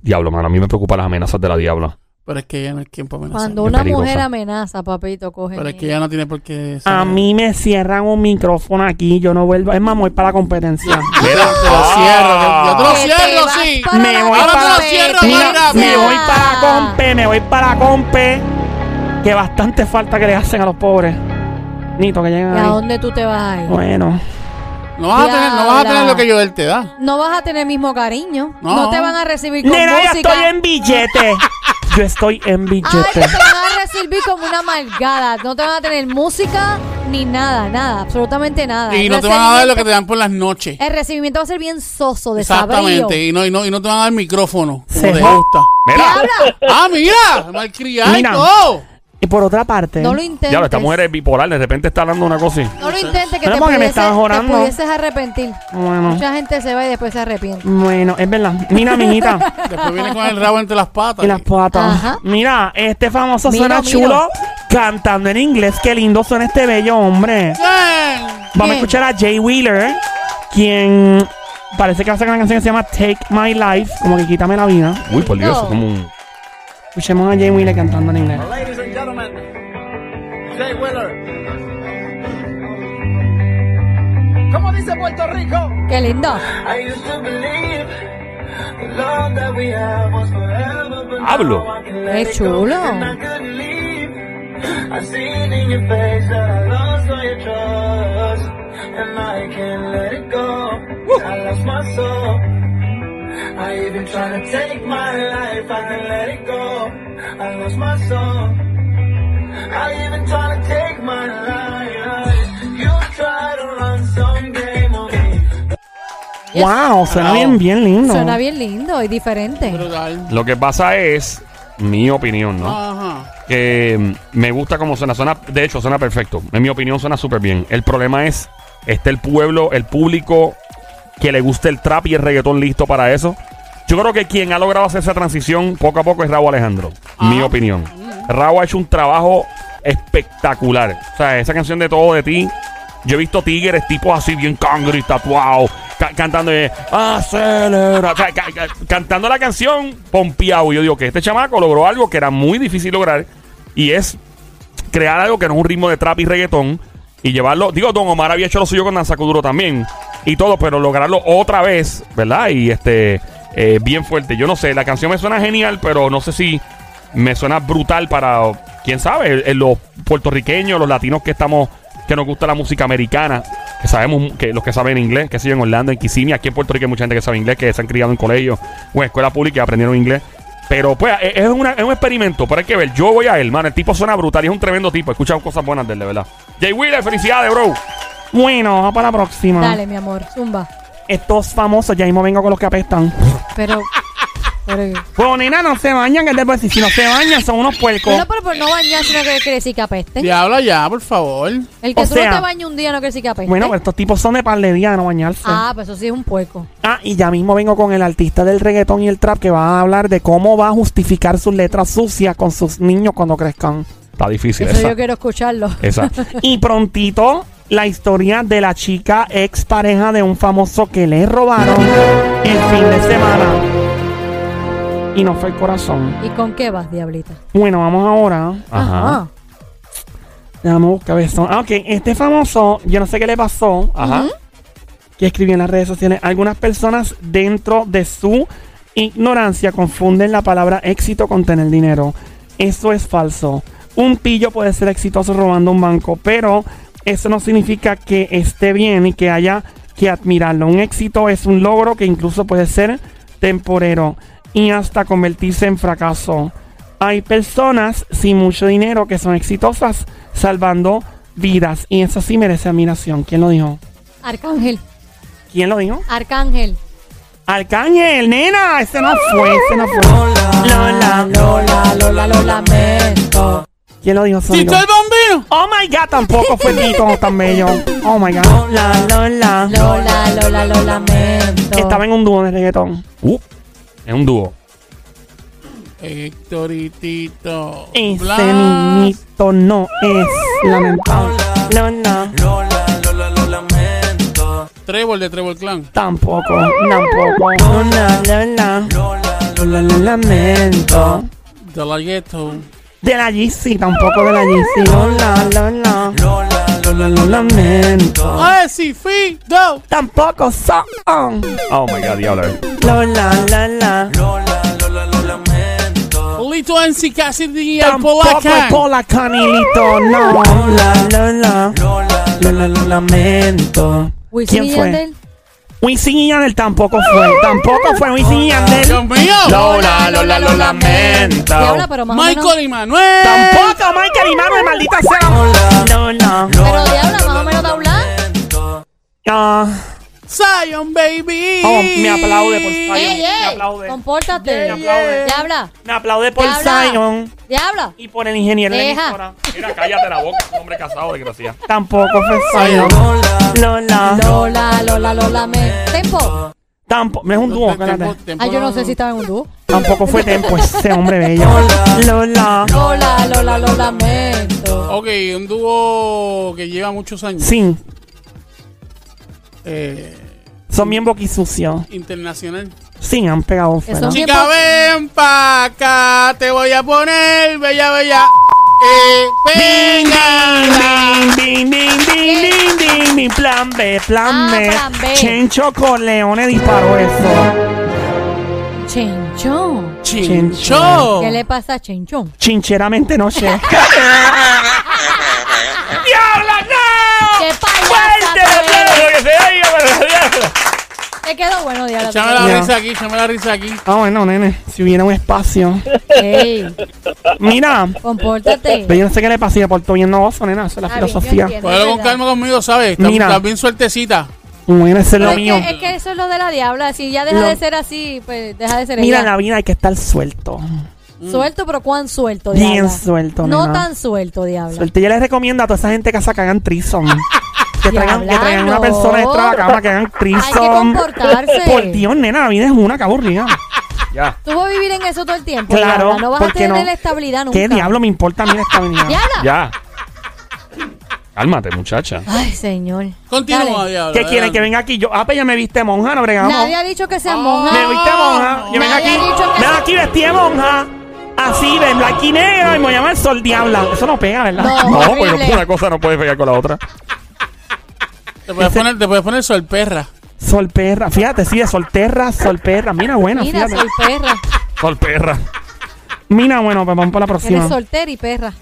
[SPEAKER 1] Diablo, mano, a mí me preocupan las amenazas de la diabla.
[SPEAKER 4] Pero es que ya no es quien para amenazar.
[SPEAKER 3] Cuando
[SPEAKER 1] Es
[SPEAKER 3] una
[SPEAKER 1] peligrosa.
[SPEAKER 3] mujer amenaza, papito, coge.
[SPEAKER 4] Pero es que ya no tiene por qué.
[SPEAKER 2] A mí me cierran un micrófono aquí, yo no vuelvo. Es más, me voy para la competencia.
[SPEAKER 1] Mira, Ah.
[SPEAKER 4] Te lo Ah, cierro. yo- Yo te lo
[SPEAKER 3] Que te
[SPEAKER 4] cierro,
[SPEAKER 3] vas
[SPEAKER 4] sí.
[SPEAKER 3] para
[SPEAKER 2] Me
[SPEAKER 3] la
[SPEAKER 2] voy
[SPEAKER 4] Ahora te lo
[SPEAKER 3] competencia.
[SPEAKER 4] cierro,
[SPEAKER 2] Mira,
[SPEAKER 4] Mayra.
[SPEAKER 2] me voy para la compe, me voy para la compe. Que bastante falta que le hacen a los pobres. Nito, que
[SPEAKER 3] ¿Y a
[SPEAKER 2] llegan ahí.
[SPEAKER 3] dónde tú te vas a ir?
[SPEAKER 2] Bueno,
[SPEAKER 4] No vas a tener, no vas a tener lo que yo él te da.
[SPEAKER 3] No vas a tener el mismo cariño.
[SPEAKER 4] No.
[SPEAKER 3] No, te van a recibir con
[SPEAKER 2] nena, yo
[SPEAKER 3] música.
[SPEAKER 2] estoy en billete. Yo estoy en
[SPEAKER 3] Ay, que
[SPEAKER 2] billete.
[SPEAKER 3] te van a recibir como una amargada. No te van a tener música ni nada, nada, absolutamente nada.
[SPEAKER 4] Y
[SPEAKER 3] El
[SPEAKER 4] no te van a dar lo que
[SPEAKER 3] recibimiento-
[SPEAKER 4] te dan por las noches.
[SPEAKER 3] El recibimiento va a ser bien soso, desabrío.
[SPEAKER 4] Exactamente. Y no, y, no, y no te van a dar micrófono. Como
[SPEAKER 2] Se
[SPEAKER 4] te
[SPEAKER 2] jo-
[SPEAKER 4] gusta.
[SPEAKER 1] mira.
[SPEAKER 4] ¡Ah, mira! ¡Malcriado! y
[SPEAKER 2] Mira.
[SPEAKER 4] todo.
[SPEAKER 2] Y por otra parte,
[SPEAKER 3] No lo intentes.
[SPEAKER 1] Diablo, esta mujer es bipolar, de repente está hablando una cosa. y-
[SPEAKER 3] No lo intentes, que
[SPEAKER 2] Pero
[SPEAKER 3] te,
[SPEAKER 2] porque me
[SPEAKER 3] pudieses,
[SPEAKER 2] estaban
[SPEAKER 3] te
[SPEAKER 2] orando.
[SPEAKER 3] pudieses arrepentir.
[SPEAKER 2] bueno,
[SPEAKER 3] Mucha gente se va y después se arrepiente.
[SPEAKER 2] bueno, es verdad. Mira, mijita,
[SPEAKER 4] Después viene con el rabo entre las patas.
[SPEAKER 2] y las
[SPEAKER 3] Ajá.
[SPEAKER 2] patas. Mira, este famoso
[SPEAKER 3] Miro,
[SPEAKER 2] suena
[SPEAKER 3] miro.
[SPEAKER 2] chulo cantando en inglés. Qué lindo suena este bello hombre.
[SPEAKER 4] Bien.
[SPEAKER 2] Vamos a
[SPEAKER 3] Bien.
[SPEAKER 2] escuchar a Jay Wheeler, quien parece que va a sacar una canción que se llama Take My Life, como que quítame la vida.
[SPEAKER 1] Uy, por Dios,
[SPEAKER 3] No.
[SPEAKER 1] es como un.
[SPEAKER 2] Escuchemos a Jay Wheeler cantando en inglés.
[SPEAKER 8] Ladies and gentlemen, Jay Wheeler. ¿Cómo dice Puerto Rico?
[SPEAKER 3] Qué lindo.
[SPEAKER 8] I used to believe the love that we have was forever, but
[SPEAKER 1] Hablo.
[SPEAKER 8] now I can
[SPEAKER 3] Qué
[SPEAKER 8] let it go,
[SPEAKER 3] chulo.
[SPEAKER 8] and I couldn't leave. I see it in your face that I lost all your trust, and I can't let it go. I lost my soul. I even tried to take my life, I can let it go. I lost my soul. I even try to take my life. You try to run some game on me.
[SPEAKER 2] Wow, suena
[SPEAKER 4] Wow.
[SPEAKER 2] bien, bien lindo.
[SPEAKER 3] Suena bien lindo y diferente.
[SPEAKER 4] Brutal.
[SPEAKER 1] Lo que pasa es, mi opinión, ¿no?
[SPEAKER 4] Ah. Ajá.
[SPEAKER 1] que mm, me gusta cómo suena. Suena, de hecho, suena perfecto. En mi opinión, suena súper bien. El problema es, está el pueblo, el público que le gusta el trap y el reggaetón listo para eso. Yo creo que quien ha logrado hacer esa transición poco a poco es Raúl Alejandro. Mi opinión. Raúl ha hecho un trabajo espectacular. O sea, esa canción de todo de ti. Yo he visto tigres, tipos así bien cangre y tatuados, ca- cantando eh, acelera, o sea, ca- ca- cantando la canción pompeado. Y Yo digo que este chamaco logró algo que era muy difícil lograr y es crear algo que no es un ritmo de trap y reggaetón y llevarlo. Digo, Don Omar había hecho lo suyo con Danza Kuduro también y todo, pero lograrlo otra vez, ¿verdad? Y este, eh, bien fuerte. Yo no sé, la canción me suena genial, pero no sé si me suena brutal para, quién sabe, eh, los puertorriqueños, los latinos que estamos, que nos gusta la música americana, que sabemos que los que saben inglés, que siguen en Orlando, en Kissimmee, aquí en Puerto Rico hay mucha gente que sabe inglés, que se han criado en colegios o en escuela pública y aprendieron inglés. Pero pues es, es una- es un experimento, pero hay que ver. Yo voy a él, man. El tipo suena brutal y es un tremendo tipo. He escuchado cosas buenas de él, de verdad. Jay Wheeler, felicidades, bro.
[SPEAKER 2] Bueno, vamos para la próxima.
[SPEAKER 3] Dale, mi amor, zumba.
[SPEAKER 2] Estos famosos, ya mismo vengo con los que apestan.
[SPEAKER 3] Pero. pero
[SPEAKER 2] Pues nena, no se bañan, que después, si no se bañan, son unos puercos.
[SPEAKER 3] no, pero por no bañarse no quiere quiere decir que
[SPEAKER 2] ¿Eh?
[SPEAKER 3] apesten.
[SPEAKER 4] Diablo ya, por favor.
[SPEAKER 3] El que
[SPEAKER 2] O
[SPEAKER 3] tú
[SPEAKER 2] sea-
[SPEAKER 3] no te bañes un día no quiere decir que apesten.
[SPEAKER 2] Bueno, pues, pero estos tipos son de par de días de no bañarse. Ah.
[SPEAKER 3] Ah, pues eso sí es un puerco.
[SPEAKER 2] y ya mismo vengo con el artista del reggaetón y el trap que va a hablar de cómo va a justificar sus letras sucias con sus niños cuando crezcan.
[SPEAKER 1] Está difícil
[SPEAKER 3] Eso
[SPEAKER 1] esa.
[SPEAKER 3] yo quiero escucharlo.
[SPEAKER 1] Esa.
[SPEAKER 2] Y prontito, la historia de la chica ex pareja de un famoso que le robaron el fin de semana. Y no fue el corazón.
[SPEAKER 3] ¿Y con qué vas, diablita? Ah,
[SPEAKER 2] Bueno, vamos ahora.
[SPEAKER 1] Ajá.
[SPEAKER 2] Déjame buscar esto. Ah, ok. Este famoso, yo no sé qué le pasó,
[SPEAKER 1] Ajá.
[SPEAKER 2] que escribió en las redes sociales. Algunas personas dentro de su ignorancia confunden la palabra éxito con tener dinero. Eso es falso. Un pillo puede ser exitoso robando un banco, pero eso no significa que esté bien y que haya que admirarlo. Un éxito es un logro que incluso puede ser temporero y hasta convertirse en fracaso. Hay personas sin mucho dinero que son exitosas salvando vidas y eso sí merece admiración. ¿Quién lo dijo?
[SPEAKER 3] Arcángel,
[SPEAKER 2] ¿Quién lo dijo?
[SPEAKER 3] Arcángel.
[SPEAKER 2] Arcángel, nena, ese no fue, ese no fue. Lola,
[SPEAKER 7] Lola, Lola, lo lamento.
[SPEAKER 2] ¿Quién lo dijo,
[SPEAKER 4] ¡Tito
[SPEAKER 2] Sonido?
[SPEAKER 4] el bombino!
[SPEAKER 2] Oh my god, tampoco fue Tito tan bello. Oh my god. Lola, Lola.
[SPEAKER 7] Lola, Lola, lo lamento.
[SPEAKER 2] Estaba en un dúo de reggaetón.
[SPEAKER 1] Uh, es un dúo.
[SPEAKER 4] Héctoritito.
[SPEAKER 2] Ese
[SPEAKER 4] Blas.
[SPEAKER 2] niñito no es lamentable. No, no.
[SPEAKER 9] Lola, Lola, lo lamento.
[SPEAKER 4] Trébol de Trébol Clan.
[SPEAKER 2] Tampoco, tampoco. No, no, no, no.
[SPEAKER 9] Lola,
[SPEAKER 2] Lo lo lamento.
[SPEAKER 4] De la Ghetto.
[SPEAKER 2] De la Yeezy, tampoco de la Yeezy. No, no, no, no.
[SPEAKER 9] Lola, Lola,
[SPEAKER 2] Lo lamento.
[SPEAKER 4] ¡Ah, sí, Fido!
[SPEAKER 2] Tampoco son. um,
[SPEAKER 1] Oh my god, diablo.
[SPEAKER 2] Lo la la la.
[SPEAKER 9] Lola, Lola, lo lamento.
[SPEAKER 4] Lito NC Cassidy y el
[SPEAKER 2] Tampoco es
[SPEAKER 4] Polacan.
[SPEAKER 2] polaca, Nilito, no. Lola, Lola,
[SPEAKER 9] Lola,
[SPEAKER 2] Lola, lo lamento.
[SPEAKER 3] Wisin
[SPEAKER 2] ¿Quién
[SPEAKER 3] y
[SPEAKER 2] fue?
[SPEAKER 3] Yandel.
[SPEAKER 2] Wisin y Yandel tampoco fue. Tampoco fue Wisin y
[SPEAKER 4] ¡Dios
[SPEAKER 2] Yandel.
[SPEAKER 4] mío!
[SPEAKER 1] Lola, Lola, lo lamento.
[SPEAKER 3] Diabla, pero más o menos.
[SPEAKER 4] Michael y Manuel.
[SPEAKER 2] Tampoco Michael y Manuel, maldita sea. Lola.
[SPEAKER 3] Pero Diabla, más o menos Daulán.
[SPEAKER 2] Ah,
[SPEAKER 4] Zion, baby.
[SPEAKER 2] oh, me aplaude por Zion.
[SPEAKER 3] Ey,
[SPEAKER 2] Me
[SPEAKER 3] ey,
[SPEAKER 2] aplaude.
[SPEAKER 3] compórtate.
[SPEAKER 2] Me aplaude.
[SPEAKER 3] Diabla,
[SPEAKER 2] Me aplaude por
[SPEAKER 3] Diabla.
[SPEAKER 2] Zion
[SPEAKER 3] Diabla.
[SPEAKER 2] y por el ingeniero de la
[SPEAKER 3] Deja.
[SPEAKER 2] emisora.
[SPEAKER 1] Mira, cállate la boca, hombre casado, desgracia.
[SPEAKER 2] Tampoco fue Zion. Lola.
[SPEAKER 3] Lola, Lola, Lola, me. Tempo.
[SPEAKER 2] Tampoco. No es un dúo, espérate.
[SPEAKER 3] Ah, yo no sé si estaba en un dúo.
[SPEAKER 2] Tampoco fue Tempo ese hombre bello. Lola.
[SPEAKER 3] Lola, Lola, lo lamento.
[SPEAKER 4] Ok, un dúo que lleva muchos años.
[SPEAKER 2] Sí,
[SPEAKER 4] Eh,
[SPEAKER 2] son bien boquisucios.
[SPEAKER 4] internacional.
[SPEAKER 2] Sí, han pegado fuera.
[SPEAKER 3] Eso-
[SPEAKER 4] Chica,
[SPEAKER 3] Tiempo.
[SPEAKER 4] ven pa' acá, te voy a poner bella, bella. Eh, venga.
[SPEAKER 2] Din, din, din, din, din, din, plan B, plan
[SPEAKER 3] Ah,
[SPEAKER 2] B.
[SPEAKER 3] plan B.
[SPEAKER 2] Chencho Corleone disparó eso.
[SPEAKER 3] Chenchón.
[SPEAKER 4] Chincho.
[SPEAKER 3] ¿Qué le pasa a Chenchón?
[SPEAKER 2] Chincheramente no sé.
[SPEAKER 1] ¡Diabla, no!
[SPEAKER 3] ¡Qué
[SPEAKER 1] ¡Fuerte el
[SPEAKER 3] payasa tú
[SPEAKER 1] aplauso
[SPEAKER 3] eres!
[SPEAKER 1] que se oiga para la diabla!
[SPEAKER 3] Te quedó bueno, Diabla. tú
[SPEAKER 4] Échame la
[SPEAKER 2] Ya.
[SPEAKER 4] risa aquí, échame la risa aquí.
[SPEAKER 2] Ah, bueno, nene, si hubiera un espacio.
[SPEAKER 3] Ey,
[SPEAKER 2] Mira,
[SPEAKER 3] compórtate.
[SPEAKER 2] pero yo no sé qué le pasó, por todo bien novoso, nena, eso es la
[SPEAKER 3] Está bien, yo
[SPEAKER 2] filosofía.
[SPEAKER 3] entiendo,
[SPEAKER 4] Cógelo
[SPEAKER 3] es
[SPEAKER 4] con
[SPEAKER 3] verdad.
[SPEAKER 4] calma conmigo, ¿sabes? Estás,
[SPEAKER 2] Mira.
[SPEAKER 4] estás bien sueltecita.
[SPEAKER 2] Bueno, eso es
[SPEAKER 3] Pero
[SPEAKER 2] lo
[SPEAKER 3] es,
[SPEAKER 2] mío.
[SPEAKER 3] que, es que eso es lo de la Diabla. Si ya deja
[SPEAKER 2] Lo-
[SPEAKER 3] de ser así, pues deja de ser
[SPEAKER 2] Mira, en
[SPEAKER 3] ella.
[SPEAKER 2] la vida hay que estar suelto.
[SPEAKER 3] Suelto, pero ¿cuán suelto, Diabla?
[SPEAKER 2] Bien suelto,
[SPEAKER 3] No
[SPEAKER 2] nena.
[SPEAKER 3] tan suelto, Diabla.
[SPEAKER 2] Suelto. Yo les recomiendo a toda esa gente que hace que hagan trison. Que traigan, que
[SPEAKER 3] Diabla,
[SPEAKER 2] traigan una
[SPEAKER 3] no.
[SPEAKER 2] persona extra a la cama, que hagan trison.
[SPEAKER 3] Hay que comportarse.
[SPEAKER 2] Por Dios, nena, la vida es una, que aburrida.
[SPEAKER 1] Ya.
[SPEAKER 3] Tú vas a vivir en eso todo el tiempo.
[SPEAKER 2] Claro,
[SPEAKER 3] Diabla. No vas a
[SPEAKER 2] ¿por qué
[SPEAKER 3] tener
[SPEAKER 2] no?
[SPEAKER 3] la estabilidad nunca.
[SPEAKER 2] ¿Qué diablo me importa a mí la estabilidad?
[SPEAKER 3] ¡Diabla!
[SPEAKER 1] Ya. Cálmate, muchacha.
[SPEAKER 3] Ay, señor.
[SPEAKER 4] Continúa,
[SPEAKER 3] Dale.
[SPEAKER 4] diablo.
[SPEAKER 2] ¿Qué quieren?
[SPEAKER 4] adelante.
[SPEAKER 2] Que venga aquí. Yo, ah, pues ya me viste monja, no bregamos.
[SPEAKER 3] Nadie ha dicho que
[SPEAKER 4] Ah.
[SPEAKER 3] sea monja.
[SPEAKER 2] Me viste monja. Yo vengo
[SPEAKER 3] Nadie
[SPEAKER 2] aquí.
[SPEAKER 3] ha dicho que
[SPEAKER 2] Ven
[SPEAKER 3] sea-
[SPEAKER 2] aquí vestida de monja. Así, de blanca y negra. Y me voy a llamar Sol Diabla. Eso no pega, ¿verdad?
[SPEAKER 3] No,
[SPEAKER 1] No,
[SPEAKER 3] Oh, horrible.
[SPEAKER 1] porque una cosa no puede pegar con la otra.
[SPEAKER 4] Te puedes poner, te puedes poner sol perra.
[SPEAKER 2] Sol Perra. Fíjate, sí, de Sol Terra, Sol Perra. Mira, bueno,
[SPEAKER 3] Mira,
[SPEAKER 2] fíjate.
[SPEAKER 3] soy perra.
[SPEAKER 1] Sol perra.
[SPEAKER 2] Mira, bueno, pues vamos para la
[SPEAKER 3] Eres
[SPEAKER 2] próxima.
[SPEAKER 3] soltera y perra.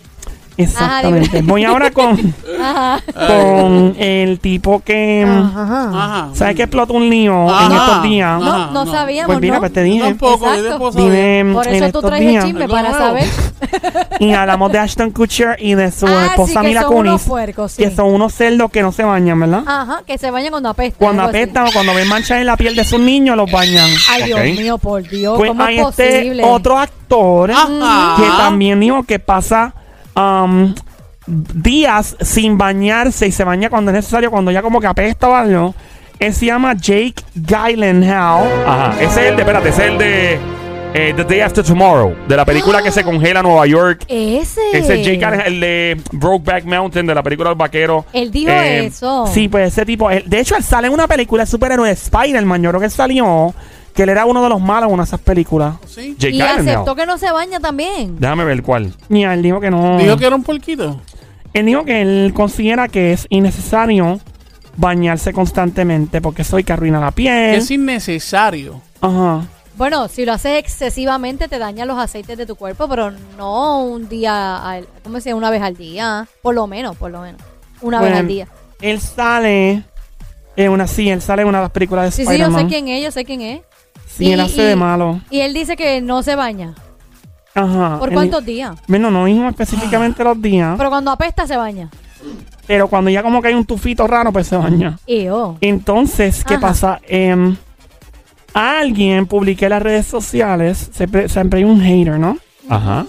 [SPEAKER 3] Ajá,
[SPEAKER 2] Exactamente.
[SPEAKER 3] dime.
[SPEAKER 2] Voy ahora con,
[SPEAKER 3] Ajá.
[SPEAKER 2] con el tipo que.
[SPEAKER 3] Ajá.
[SPEAKER 4] Ajá.
[SPEAKER 2] ¿Sabes que explotó un lío en
[SPEAKER 4] Ajá.
[SPEAKER 2] estos días?
[SPEAKER 4] Ajá,
[SPEAKER 3] No, no
[SPEAKER 4] no.
[SPEAKER 3] sabíamos,
[SPEAKER 2] Pues mira,
[SPEAKER 3] ¿no?
[SPEAKER 2] pues te
[SPEAKER 4] Yo
[SPEAKER 2] dije.
[SPEAKER 4] tampoco, yo
[SPEAKER 3] Exacto.
[SPEAKER 4] tampoco sabía.
[SPEAKER 2] Dime em,
[SPEAKER 3] Por
[SPEAKER 2] en
[SPEAKER 3] eso tú
[SPEAKER 2] estos
[SPEAKER 3] traes el
[SPEAKER 2] días.
[SPEAKER 3] chisme
[SPEAKER 4] Algo
[SPEAKER 3] para
[SPEAKER 4] nuevo.
[SPEAKER 3] saber.
[SPEAKER 2] Y hablamos de Ashton Kutcher y de su
[SPEAKER 3] Ah, sí,
[SPEAKER 2] esposa
[SPEAKER 3] que
[SPEAKER 2] Mila
[SPEAKER 3] son unos
[SPEAKER 2] Kunis.
[SPEAKER 3] puercos, sí.
[SPEAKER 2] Que son unos cerdos que no se bañan, ¿verdad?
[SPEAKER 3] Ajá, que se bañan cuando apestan.
[SPEAKER 2] Cuando
[SPEAKER 3] algo así.
[SPEAKER 2] apestan o cuando ven manchas en la piel de sus niños, los bañan.
[SPEAKER 3] Ay, Dios
[SPEAKER 1] Ok.
[SPEAKER 3] mío, por Dios,
[SPEAKER 2] Pues
[SPEAKER 3] Oh, ¿cómo
[SPEAKER 2] hay
[SPEAKER 3] es posible?
[SPEAKER 2] este otro actor
[SPEAKER 4] Ajá.
[SPEAKER 2] que también dijo que pasa am, días sin bañarse y se baña cuando es necesario, cuando ya como que apesta o algo. Él se llama Jake Gyllenhaal.
[SPEAKER 1] Ajá. Ese es el de, espérate, ese es el de eh, The Day After Tomorrow, de la película que se congela Nueva York.
[SPEAKER 3] Ese.
[SPEAKER 1] Ese es Jake Gyllenhaal, el de Brokeback Mountain, de la película El Vaquero.
[SPEAKER 3] Él dijo
[SPEAKER 1] Eh,
[SPEAKER 3] eso.
[SPEAKER 2] Sí, pues ese tipo. él- de hecho, él sale en una película de superhéroe Spider-Man. Yo creo que él salió que él era uno de los malos en una de esas películas.
[SPEAKER 4] ¿Sí?
[SPEAKER 1] Jake
[SPEAKER 3] Y aceptó
[SPEAKER 1] Gyllenhaal.
[SPEAKER 3] que no se baña también.
[SPEAKER 1] Déjame ver cuál.
[SPEAKER 2] Y él dijo que no.
[SPEAKER 4] Dijo que era un porquito.
[SPEAKER 2] Él dijo que él considera que es innecesario bañarse constantemente porque soy que arruina la piel.
[SPEAKER 4] Es innecesario.
[SPEAKER 2] Ajá.
[SPEAKER 3] Bueno, si lo haces excesivamente te daña los aceites de tu cuerpo, pero no un día, al, ¿cómo se dice? Una vez al día. Por lo menos, por lo menos. Una
[SPEAKER 2] Bueno, pues,
[SPEAKER 3] vez al día.
[SPEAKER 2] Él sale en una sí, él sale en una de las películas de
[SPEAKER 3] Sí, sí, yo
[SPEAKER 2] Spider-Man.
[SPEAKER 3] sé quién es, yo sé quién es.
[SPEAKER 2] Sí, él hace de malo.
[SPEAKER 3] Y él dice que no se baña.
[SPEAKER 2] Ajá.
[SPEAKER 3] ¿Por
[SPEAKER 2] Él- ¿Ah?
[SPEAKER 3] cuántos días?
[SPEAKER 2] Bueno, no dijo específicamente los días,
[SPEAKER 3] Pero cuando apesta se baña.
[SPEAKER 2] pero cuando ya como que hay un tufito raro, pues se baña.
[SPEAKER 3] Y oh.
[SPEAKER 2] Entonces, ¿qué
[SPEAKER 3] Ajá.
[SPEAKER 2] pasa? Em, alguien publiqué en las redes sociales, siempre, siempre hay un hater, ¿no?
[SPEAKER 1] Ajá.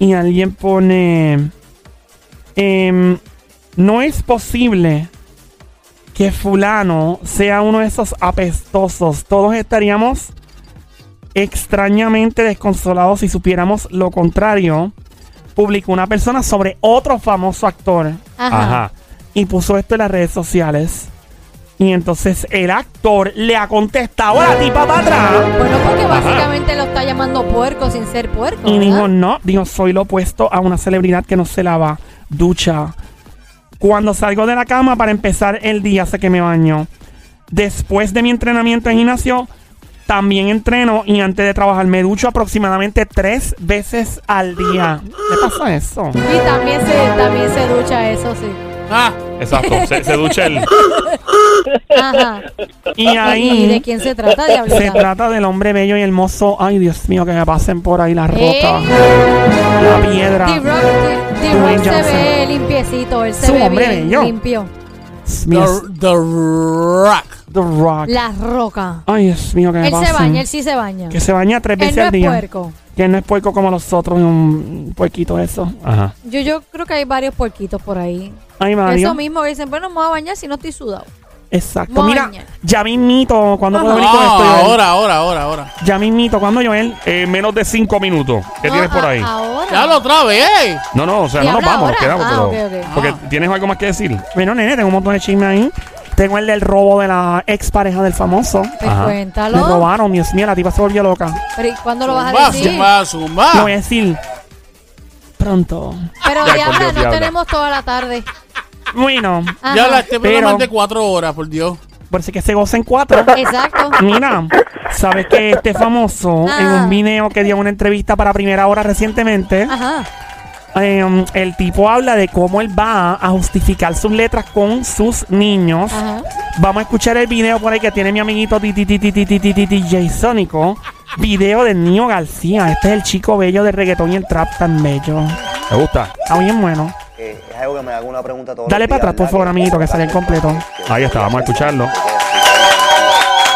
[SPEAKER 2] Y alguien pone, em, no es posible que fulano sea uno de esos apestosos. Todos estaríamos extrañamente desconsolado si supiéramos lo contrario, publicó una persona sobre otro famoso actor
[SPEAKER 3] Ajá.
[SPEAKER 1] Ajá.
[SPEAKER 2] y puso esto en las redes sociales. Y entonces el actor le ha contestado a la tipa para atrás.
[SPEAKER 3] Bueno, porque básicamente lo está llamando puerco sin ser puerco.
[SPEAKER 2] Y
[SPEAKER 3] ¿verdad?
[SPEAKER 2] dijo, no, dijo, soy lo opuesto a una celebridad que no se lava, ducha. Cuando salgo de la cama para empezar el día, sé que me baño. Después de mi entrenamiento en gimnasio, también entreno y antes de trabajar me ducho aproximadamente tres veces al día. ¿Qué pasa eso?
[SPEAKER 3] Y también se, también se ducha, eso sí.
[SPEAKER 4] Ah,
[SPEAKER 1] Exacto. Se, se ducha el.
[SPEAKER 3] Ajá.
[SPEAKER 2] Y
[SPEAKER 3] ¿Y de
[SPEAKER 2] ahí
[SPEAKER 3] quién se trata, diablita?
[SPEAKER 2] se trata del hombre bello y hermoso. Ay, Dios mío, que me pasen por ahí la roca,
[SPEAKER 3] Eh,
[SPEAKER 2] la piedra.
[SPEAKER 3] D-Rock D- D-Rock
[SPEAKER 2] Dwayne
[SPEAKER 3] se
[SPEAKER 2] Johnson.
[SPEAKER 3] ve limpiecito, él se
[SPEAKER 2] Su
[SPEAKER 3] ve
[SPEAKER 2] hombre
[SPEAKER 3] bien
[SPEAKER 2] bello.
[SPEAKER 3] limpio.
[SPEAKER 2] Dios
[SPEAKER 4] The,
[SPEAKER 2] mío,
[SPEAKER 4] The Rock.
[SPEAKER 2] The Rock.
[SPEAKER 3] La roca.
[SPEAKER 2] Ay, Dios mío, que me
[SPEAKER 3] Él se
[SPEAKER 2] pasen.
[SPEAKER 3] baña, él sí se baña.
[SPEAKER 2] Que se baña tres
[SPEAKER 3] Él
[SPEAKER 2] veces
[SPEAKER 3] no
[SPEAKER 2] al
[SPEAKER 3] es
[SPEAKER 2] día.
[SPEAKER 3] puerco.
[SPEAKER 2] Que no es puerco como los otros, un puerquito eso.
[SPEAKER 1] Ajá.
[SPEAKER 3] Yo, yo creo que hay varios puerquitos por ahí.
[SPEAKER 2] Ay,
[SPEAKER 3] Eso
[SPEAKER 2] Mario.
[SPEAKER 3] mismo que dicen, bueno, me voy a bañar si no estoy sudado.
[SPEAKER 2] Exacto.
[SPEAKER 3] Moña.
[SPEAKER 2] Mira, ya mismito, cuando puedo venir con
[SPEAKER 4] Ah,
[SPEAKER 2] esto? Joel?
[SPEAKER 4] ahora, ahora, ahora, ahora.
[SPEAKER 2] Ya mismito, cuando Joel?
[SPEAKER 1] Eh, menos de cinco minutos. ¿Qué
[SPEAKER 3] No,
[SPEAKER 1] tienes por
[SPEAKER 3] a-
[SPEAKER 1] ahí?
[SPEAKER 3] Ah, Ahora.
[SPEAKER 4] Ya lo otra vez.
[SPEAKER 1] No, no, o sea,
[SPEAKER 3] ¿Y
[SPEAKER 1] no nos
[SPEAKER 3] habla
[SPEAKER 1] vamos, nos
[SPEAKER 3] ahora?
[SPEAKER 1] quedamos.
[SPEAKER 3] Ah,
[SPEAKER 1] pero-
[SPEAKER 3] ok, ok.
[SPEAKER 1] Porque tienes algo más que decir.
[SPEAKER 2] Bueno, nene, tengo un montón de chisme ahí. Tengo el del robo de la ex pareja del famoso.
[SPEAKER 3] Pues
[SPEAKER 1] Ajá.
[SPEAKER 2] Le
[SPEAKER 3] cuéntalo.
[SPEAKER 2] robaron, Dios mío, la tipa se volvió loca.
[SPEAKER 3] Pero ¿y ¿Cuándo lo vas a
[SPEAKER 4] Zumba,
[SPEAKER 3] decir?
[SPEAKER 4] zumba,
[SPEAKER 2] Lo voy
[SPEAKER 4] zumba.
[SPEAKER 2] a decir pronto.
[SPEAKER 3] Pero
[SPEAKER 1] Ya, por
[SPEAKER 3] diabla,
[SPEAKER 1] Dios,
[SPEAKER 3] no
[SPEAKER 1] diabla.
[SPEAKER 3] tenemos toda la tarde.
[SPEAKER 2] Bueno,
[SPEAKER 3] Ajá.
[SPEAKER 4] Ya la este programa
[SPEAKER 2] Pero-
[SPEAKER 4] es de cuatro horas, por Dios.
[SPEAKER 2] parece que se gocen cuatro.
[SPEAKER 3] Exacto.
[SPEAKER 2] Mira, sabes que este famoso, en
[SPEAKER 3] Ah.
[SPEAKER 2] un video que dio una entrevista para primera hora recientemente,
[SPEAKER 3] Ajá.
[SPEAKER 2] Em, el tipo habla de cómo él va a justificar sus letras con sus niños.
[SPEAKER 3] Ajá.
[SPEAKER 2] Vamos a escuchar el video por ahí que tiene mi amiguito ti- ti- ti- ti- ti- ti- ti- ti- DJ Sónico. Video de Nio García. Este es el chico bello de reggaetón y el trap tan bello.
[SPEAKER 1] Me gusta.
[SPEAKER 2] Está bien bueno.
[SPEAKER 10] que es algo que me hago una pregunta todos
[SPEAKER 2] Dale
[SPEAKER 10] los días,
[SPEAKER 2] para atrás, por
[SPEAKER 10] ¿verdad?
[SPEAKER 2] favor, amiguito, que salió el completo.
[SPEAKER 1] Ahí está, vamos a escucharlo.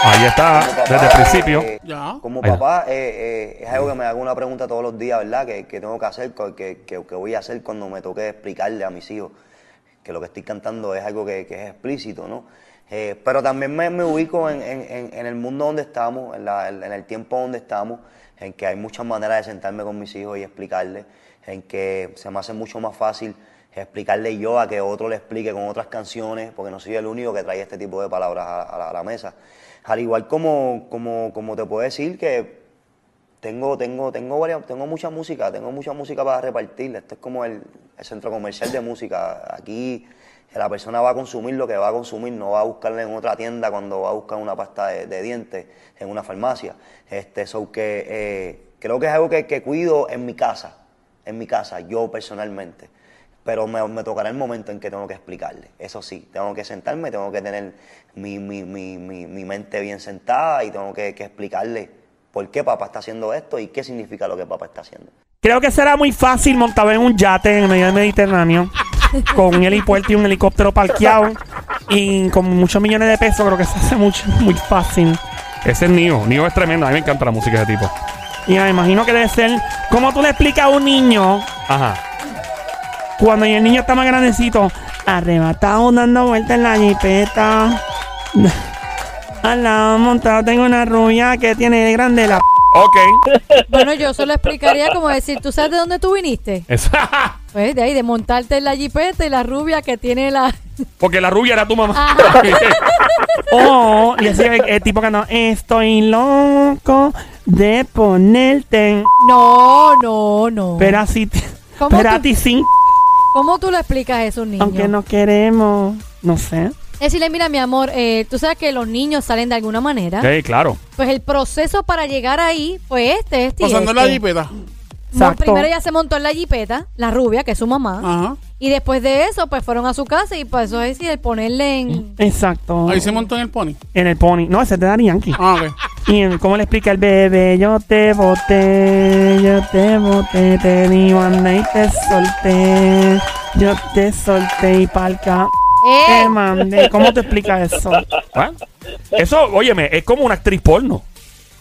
[SPEAKER 1] Ahí está, Ah, desde el principio.
[SPEAKER 10] eh,
[SPEAKER 4] Ya.
[SPEAKER 10] como
[SPEAKER 1] Ahí va.
[SPEAKER 10] papá, eh, eh, es algo que me hago una pregunta todos los días, ¿verdad? Que, que tengo que hacer, co- que, que, que voy a hacer cuando me toque explicarle a mis hijos que lo que estoy cantando es algo que, que es explícito, ¿no? Eh, pero también me, me ubico en, en- en- en el mundo donde estamos, en, la- en el tiempo donde estamos, en que hay muchas maneras de sentarme con mis hijos y explicarles, en que se me hace mucho más fácil explicarle yo a que otro le explique con otras canciones, porque no soy el único que trae este tipo de palabras a, a la, a la mesa. Al igual como, como, como te puedo decir que tengo, tengo, tengo varias, tengo mucha música, tengo mucha música para repartir. Esto es como el, el centro comercial de música. Aquí eh, la persona va a consumir lo que va a consumir, no va a buscarla en otra tienda cuando va a buscar una pasta de, de dientes en una farmacia. Este, so que eh, creo que es algo que, que cuido en mi casa, en mi casa, yo personalmente. Pero me, me tocará el momento en que tengo que explicarle. Eso sí, tengo que sentarme, tengo que tener mi, mi, mi, mi, mi mente bien sentada y tengo que, que explicarle por qué papá está haciendo esto y qué significa lo que papá está haciendo.
[SPEAKER 2] Creo que será muy fácil montar en un yate en el medio del Mediterráneo con un helipuerto y un helicóptero parqueado y con muchos millones de pesos. Creo que se hace mucho, muy fácil.
[SPEAKER 1] Ese es Nio. Nio es tremendo. A mí me encanta la música de ese tipo.
[SPEAKER 2] Y me imagino que debe ser como tú le explicas a un niño
[SPEAKER 1] Ajá.
[SPEAKER 2] cuando el niño está más grandecito, arrebatado dando vueltas en la jipeta. Al lado montado tengo una rubia que tiene de grande la p
[SPEAKER 1] Ok.
[SPEAKER 3] Bueno, yo solo explicaría como decir, ¿tú sabes de dónde tú viniste?
[SPEAKER 1] Es-
[SPEAKER 3] Pues de ahí, de montarte en la jipeta y la rubia que tiene la...
[SPEAKER 1] Porque la rubia era tu mamá.
[SPEAKER 3] Ajá.
[SPEAKER 2] O y así el, el tipo que no, estoy loco de ponerte en...
[SPEAKER 3] No, no, no.
[SPEAKER 2] Pero así, te-
[SPEAKER 3] ¿Cómo
[SPEAKER 2] pero a
[SPEAKER 3] tú-
[SPEAKER 2] ti sin...
[SPEAKER 3] ¿Cómo tú le explicas eso a un niño?
[SPEAKER 2] Aunque no queremos, no sé.
[SPEAKER 3] Decirle, mira, mi amor, eh, tú sabes que los niños salen de alguna manera.
[SPEAKER 1] Sí, claro.
[SPEAKER 3] Pues el proceso para llegar ahí fue este, este y
[SPEAKER 4] Pasando
[SPEAKER 3] este.
[SPEAKER 4] la jipeta.
[SPEAKER 3] Mo-
[SPEAKER 2] Exacto.
[SPEAKER 3] Primero ella se montó en la jipeta, la rubia, que es su mamá.
[SPEAKER 4] Ajá.
[SPEAKER 3] Y después de eso, pues fueron a su casa y pues eso es decir, el ponerle en...
[SPEAKER 2] Exacto.
[SPEAKER 4] Ahí se montó en el pony.
[SPEAKER 2] En el pony. No, ese es de Daddy Yankee.
[SPEAKER 4] Ah, ok.
[SPEAKER 2] Y en- cómo le explica el bebé, yo te boté, yo te boté, te di banda y te solté, yo te solté y palca
[SPEAKER 3] ¡Eh!
[SPEAKER 2] te mandé. ¿Cómo te explica eso?
[SPEAKER 1] ¿Ah? Eso, óyeme, es como una actriz porno.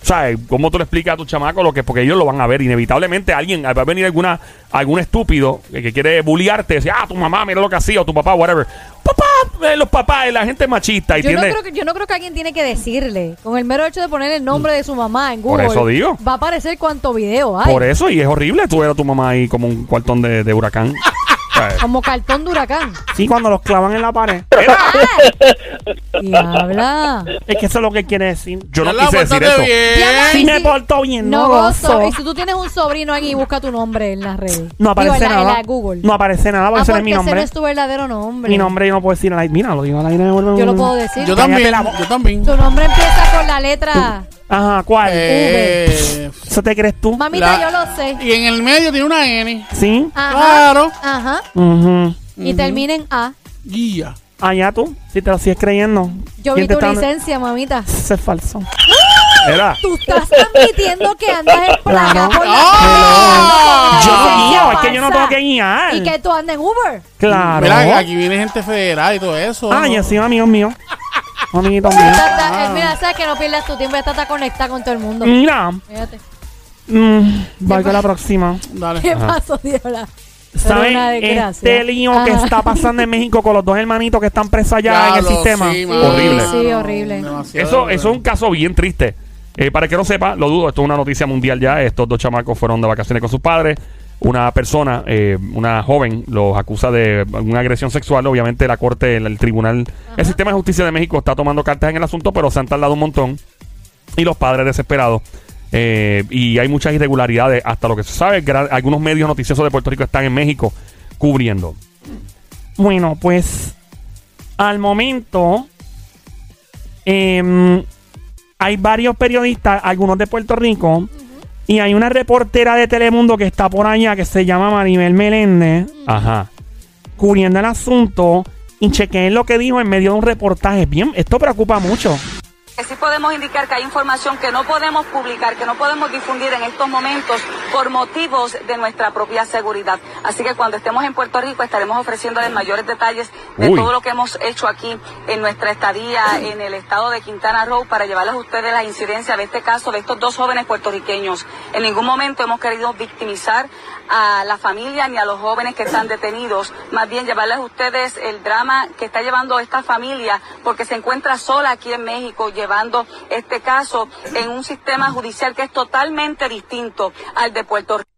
[SPEAKER 1] ¿Sabes? ¿Cómo tú le explicas a tu chamaco lo que Porque ellos lo van a ver. Inevitablemente alguien, va a venir alguna, algún estúpido que, que quiere bulliarte, decir, ah, tu mamá, mira lo que hacía, o tu papá, whatever. Papá, eh, los papás, eh, la gente machista,
[SPEAKER 3] Yo no,
[SPEAKER 1] ¿entiendes?
[SPEAKER 3] creo que, yo no creo que alguien tiene que decirle. Con el mero hecho de poner el nombre de su mamá en
[SPEAKER 1] Por
[SPEAKER 3] Google.
[SPEAKER 1] eso digo.
[SPEAKER 3] Va a aparecer cuánto video hay.
[SPEAKER 1] Por e- eso, y es horrible tú ver a tu mamá ahí como un cuartón de, de huracán. ¿Sabes?
[SPEAKER 3] Como cartón de huracán.
[SPEAKER 2] Sí, cuando los clavan en la pared.
[SPEAKER 3] Diabla.
[SPEAKER 2] Es que eso es lo que quiere decir.
[SPEAKER 1] Yo no
[SPEAKER 4] Diabla,
[SPEAKER 1] quise decir
[SPEAKER 4] pórtate
[SPEAKER 1] eso.
[SPEAKER 4] bien.
[SPEAKER 3] Diabla,
[SPEAKER 2] Si
[SPEAKER 3] y
[SPEAKER 2] me porto bien,
[SPEAKER 3] No
[SPEAKER 2] no
[SPEAKER 3] gozo.
[SPEAKER 2] gozo.
[SPEAKER 3] Y si tú tienes un sobrino ahí, busca tu nombre en las redes.
[SPEAKER 2] No aparece
[SPEAKER 3] Digo, en la-
[SPEAKER 2] nada.
[SPEAKER 3] En la Google.
[SPEAKER 2] No aparece nada porque
[SPEAKER 3] ah,
[SPEAKER 2] ese no es
[SPEAKER 3] porque
[SPEAKER 2] mi
[SPEAKER 3] ese no
[SPEAKER 2] nombre.
[SPEAKER 3] es tu verdadero nombre.
[SPEAKER 2] Mi nombre yo no puedo decir al aire. Mira, lo digo al aire.
[SPEAKER 3] Yo lo puedo decir.
[SPEAKER 4] Yo
[SPEAKER 2] Cállate
[SPEAKER 4] también,
[SPEAKER 2] la boca.
[SPEAKER 4] yo también.
[SPEAKER 3] Tu nombre empieza con la letra.
[SPEAKER 2] Ajá, ¿cuál?
[SPEAKER 4] Eh,
[SPEAKER 2] ¿Eso te crees tú?
[SPEAKER 3] Mamita,
[SPEAKER 4] La-
[SPEAKER 3] yo lo sé.
[SPEAKER 4] y en el medio tiene una N.
[SPEAKER 2] Sí.
[SPEAKER 3] Ajá.
[SPEAKER 4] Claro.
[SPEAKER 3] Ajá.
[SPEAKER 2] Ujú.
[SPEAKER 3] Y termina en A.
[SPEAKER 4] Guía.
[SPEAKER 2] Allá tú, si te lo sigues creyendo.
[SPEAKER 3] Yo
[SPEAKER 2] ¿Quién
[SPEAKER 3] vi
[SPEAKER 2] te
[SPEAKER 3] tu
[SPEAKER 2] está-
[SPEAKER 3] licencia, mamita.
[SPEAKER 2] Eso es falso.
[SPEAKER 1] Era.
[SPEAKER 3] Tú estás admitiendo que andas en placa
[SPEAKER 2] Claro.
[SPEAKER 3] por la
[SPEAKER 4] ¡Ah!
[SPEAKER 2] Yo no
[SPEAKER 3] Licencia
[SPEAKER 2] guío, es que yo no
[SPEAKER 3] falsa.
[SPEAKER 2] tengo que guiar.
[SPEAKER 3] Y que tú andas en Uber.
[SPEAKER 2] Claro.
[SPEAKER 4] Mira, aquí viene gente federal y todo eso.
[SPEAKER 2] Ah,
[SPEAKER 4] ¿no?
[SPEAKER 2] yo soy un amigo mío. Un amiguito mío.
[SPEAKER 3] Está- está- eh, mira, sabes que no pierdas tu tiempo, ya está conectada con todo el mundo.
[SPEAKER 2] Mira,
[SPEAKER 3] Fíjate.
[SPEAKER 2] mm, voy con la próxima.
[SPEAKER 4] Dale.
[SPEAKER 3] ¿Qué pasó, Diabla?
[SPEAKER 2] ¿Saben
[SPEAKER 3] una desgracia. Ah.
[SPEAKER 2] este lío que
[SPEAKER 3] Ajá.
[SPEAKER 2] está pasando en México con los dos hermanitos que están presos allá en el
[SPEAKER 4] Diablo,
[SPEAKER 2] sistema?
[SPEAKER 4] sí, mano.
[SPEAKER 1] Horrible.
[SPEAKER 3] Sí, horrible.
[SPEAKER 4] Demasiado
[SPEAKER 1] Eso,
[SPEAKER 4] horrible.
[SPEAKER 1] eso es un caso bien triste. Eh, para el que no sepa, lo dudo, esto es una noticia mundial ya. Estos dos chamacos fueron de vacaciones con sus padres. Una persona, eh, una joven, los acusa de una agresión sexual. Obviamente la corte, el, el tribunal, el sistema de justicia de México está tomando cartas en el asunto, pero se han tardado un montón. Y los padres desesperados. Eh, y hay muchas irregularidades. Hasta lo que se sabe, gran- algunos medios noticiosos de Puerto Rico están en México cubriendo.
[SPEAKER 2] Bueno, pues al momento em, hay varios periodistas, algunos de Puerto Rico, y hay una reportera de Telemundo que está por allá que se llama Maribel Meléndez,
[SPEAKER 1] Ajá.
[SPEAKER 2] cubriendo el asunto. Y chequeen lo que dijo en medio de un reportaje. Bien, esto preocupa mucho.
[SPEAKER 11] Que sí podemos indicar que hay información que no podemos publicar, que no podemos difundir en estos momentos por motivos de nuestra propia seguridad. Así que cuando estemos en Puerto Rico estaremos ofreciéndoles mayores detalles de
[SPEAKER 1] Uy.
[SPEAKER 11] todo lo que hemos hecho aquí en nuestra estadía en el estado de Quintana Roo para llevarles a ustedes las incidencias de este caso de estos dos jóvenes puertorriqueños. En ningún momento hemos querido victimizar a la familia ni a los jóvenes que están detenidos, más bien llevarles a ustedes el drama que está llevando esta familia porque se encuentra sola aquí en México llevando este caso en un sistema judicial que es totalmente distinto al de Puerto Rico.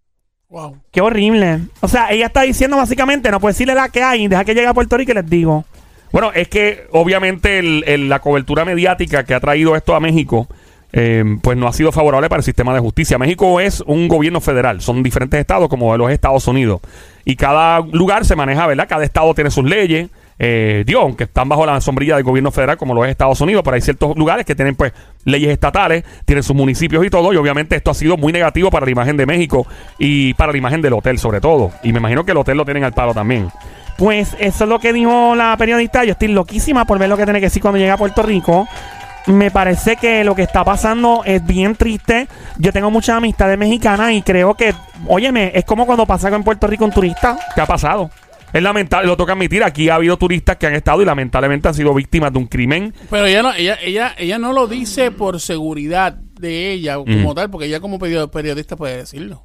[SPEAKER 4] Wow.
[SPEAKER 2] Qué horrible. O sea, ella está diciendo básicamente, no puedes decirle la que hay, deja que llegue a Puerto Rico y les digo.
[SPEAKER 1] Bueno, es que obviamente el- el- la cobertura mediática que ha traído esto a México, eh, pues no ha sido favorable para el sistema de justicia. México es un gobierno federal, son diferentes estados como los Estados Unidos. Y cada lugar se maneja, ¿verdad? Cada estado tiene sus leyes. Eh, digo, aunque están bajo la sombrilla del gobierno federal como lo es Estados Unidos, pero hay ciertos lugares que tienen pues leyes estatales, tienen sus municipios y todo, y obviamente esto ha sido muy negativo para la imagen de México y para la imagen del hotel sobre todo, y me imagino que el hotel lo tienen al palo también.
[SPEAKER 2] Pues eso es lo que dijo la periodista. Yo estoy loquísima por ver lo que tiene que decir cuando llegue a Puerto Rico. Me parece que lo que está pasando es bien triste. Yo tengo muchas amistades mexicanas y creo que, óyeme, es como cuando pasa en Puerto Rico un turista.
[SPEAKER 1] ¿Qué ha pasado? Es lamentable, lo toca admitir, aquí ha habido turistas que han estado y lamentablemente han sido víctimas de un crimen.
[SPEAKER 4] Pero ella no, ella, ella, ella no lo dice por seguridad de ella como tal, porque ella como perio- periodista puede decirlo.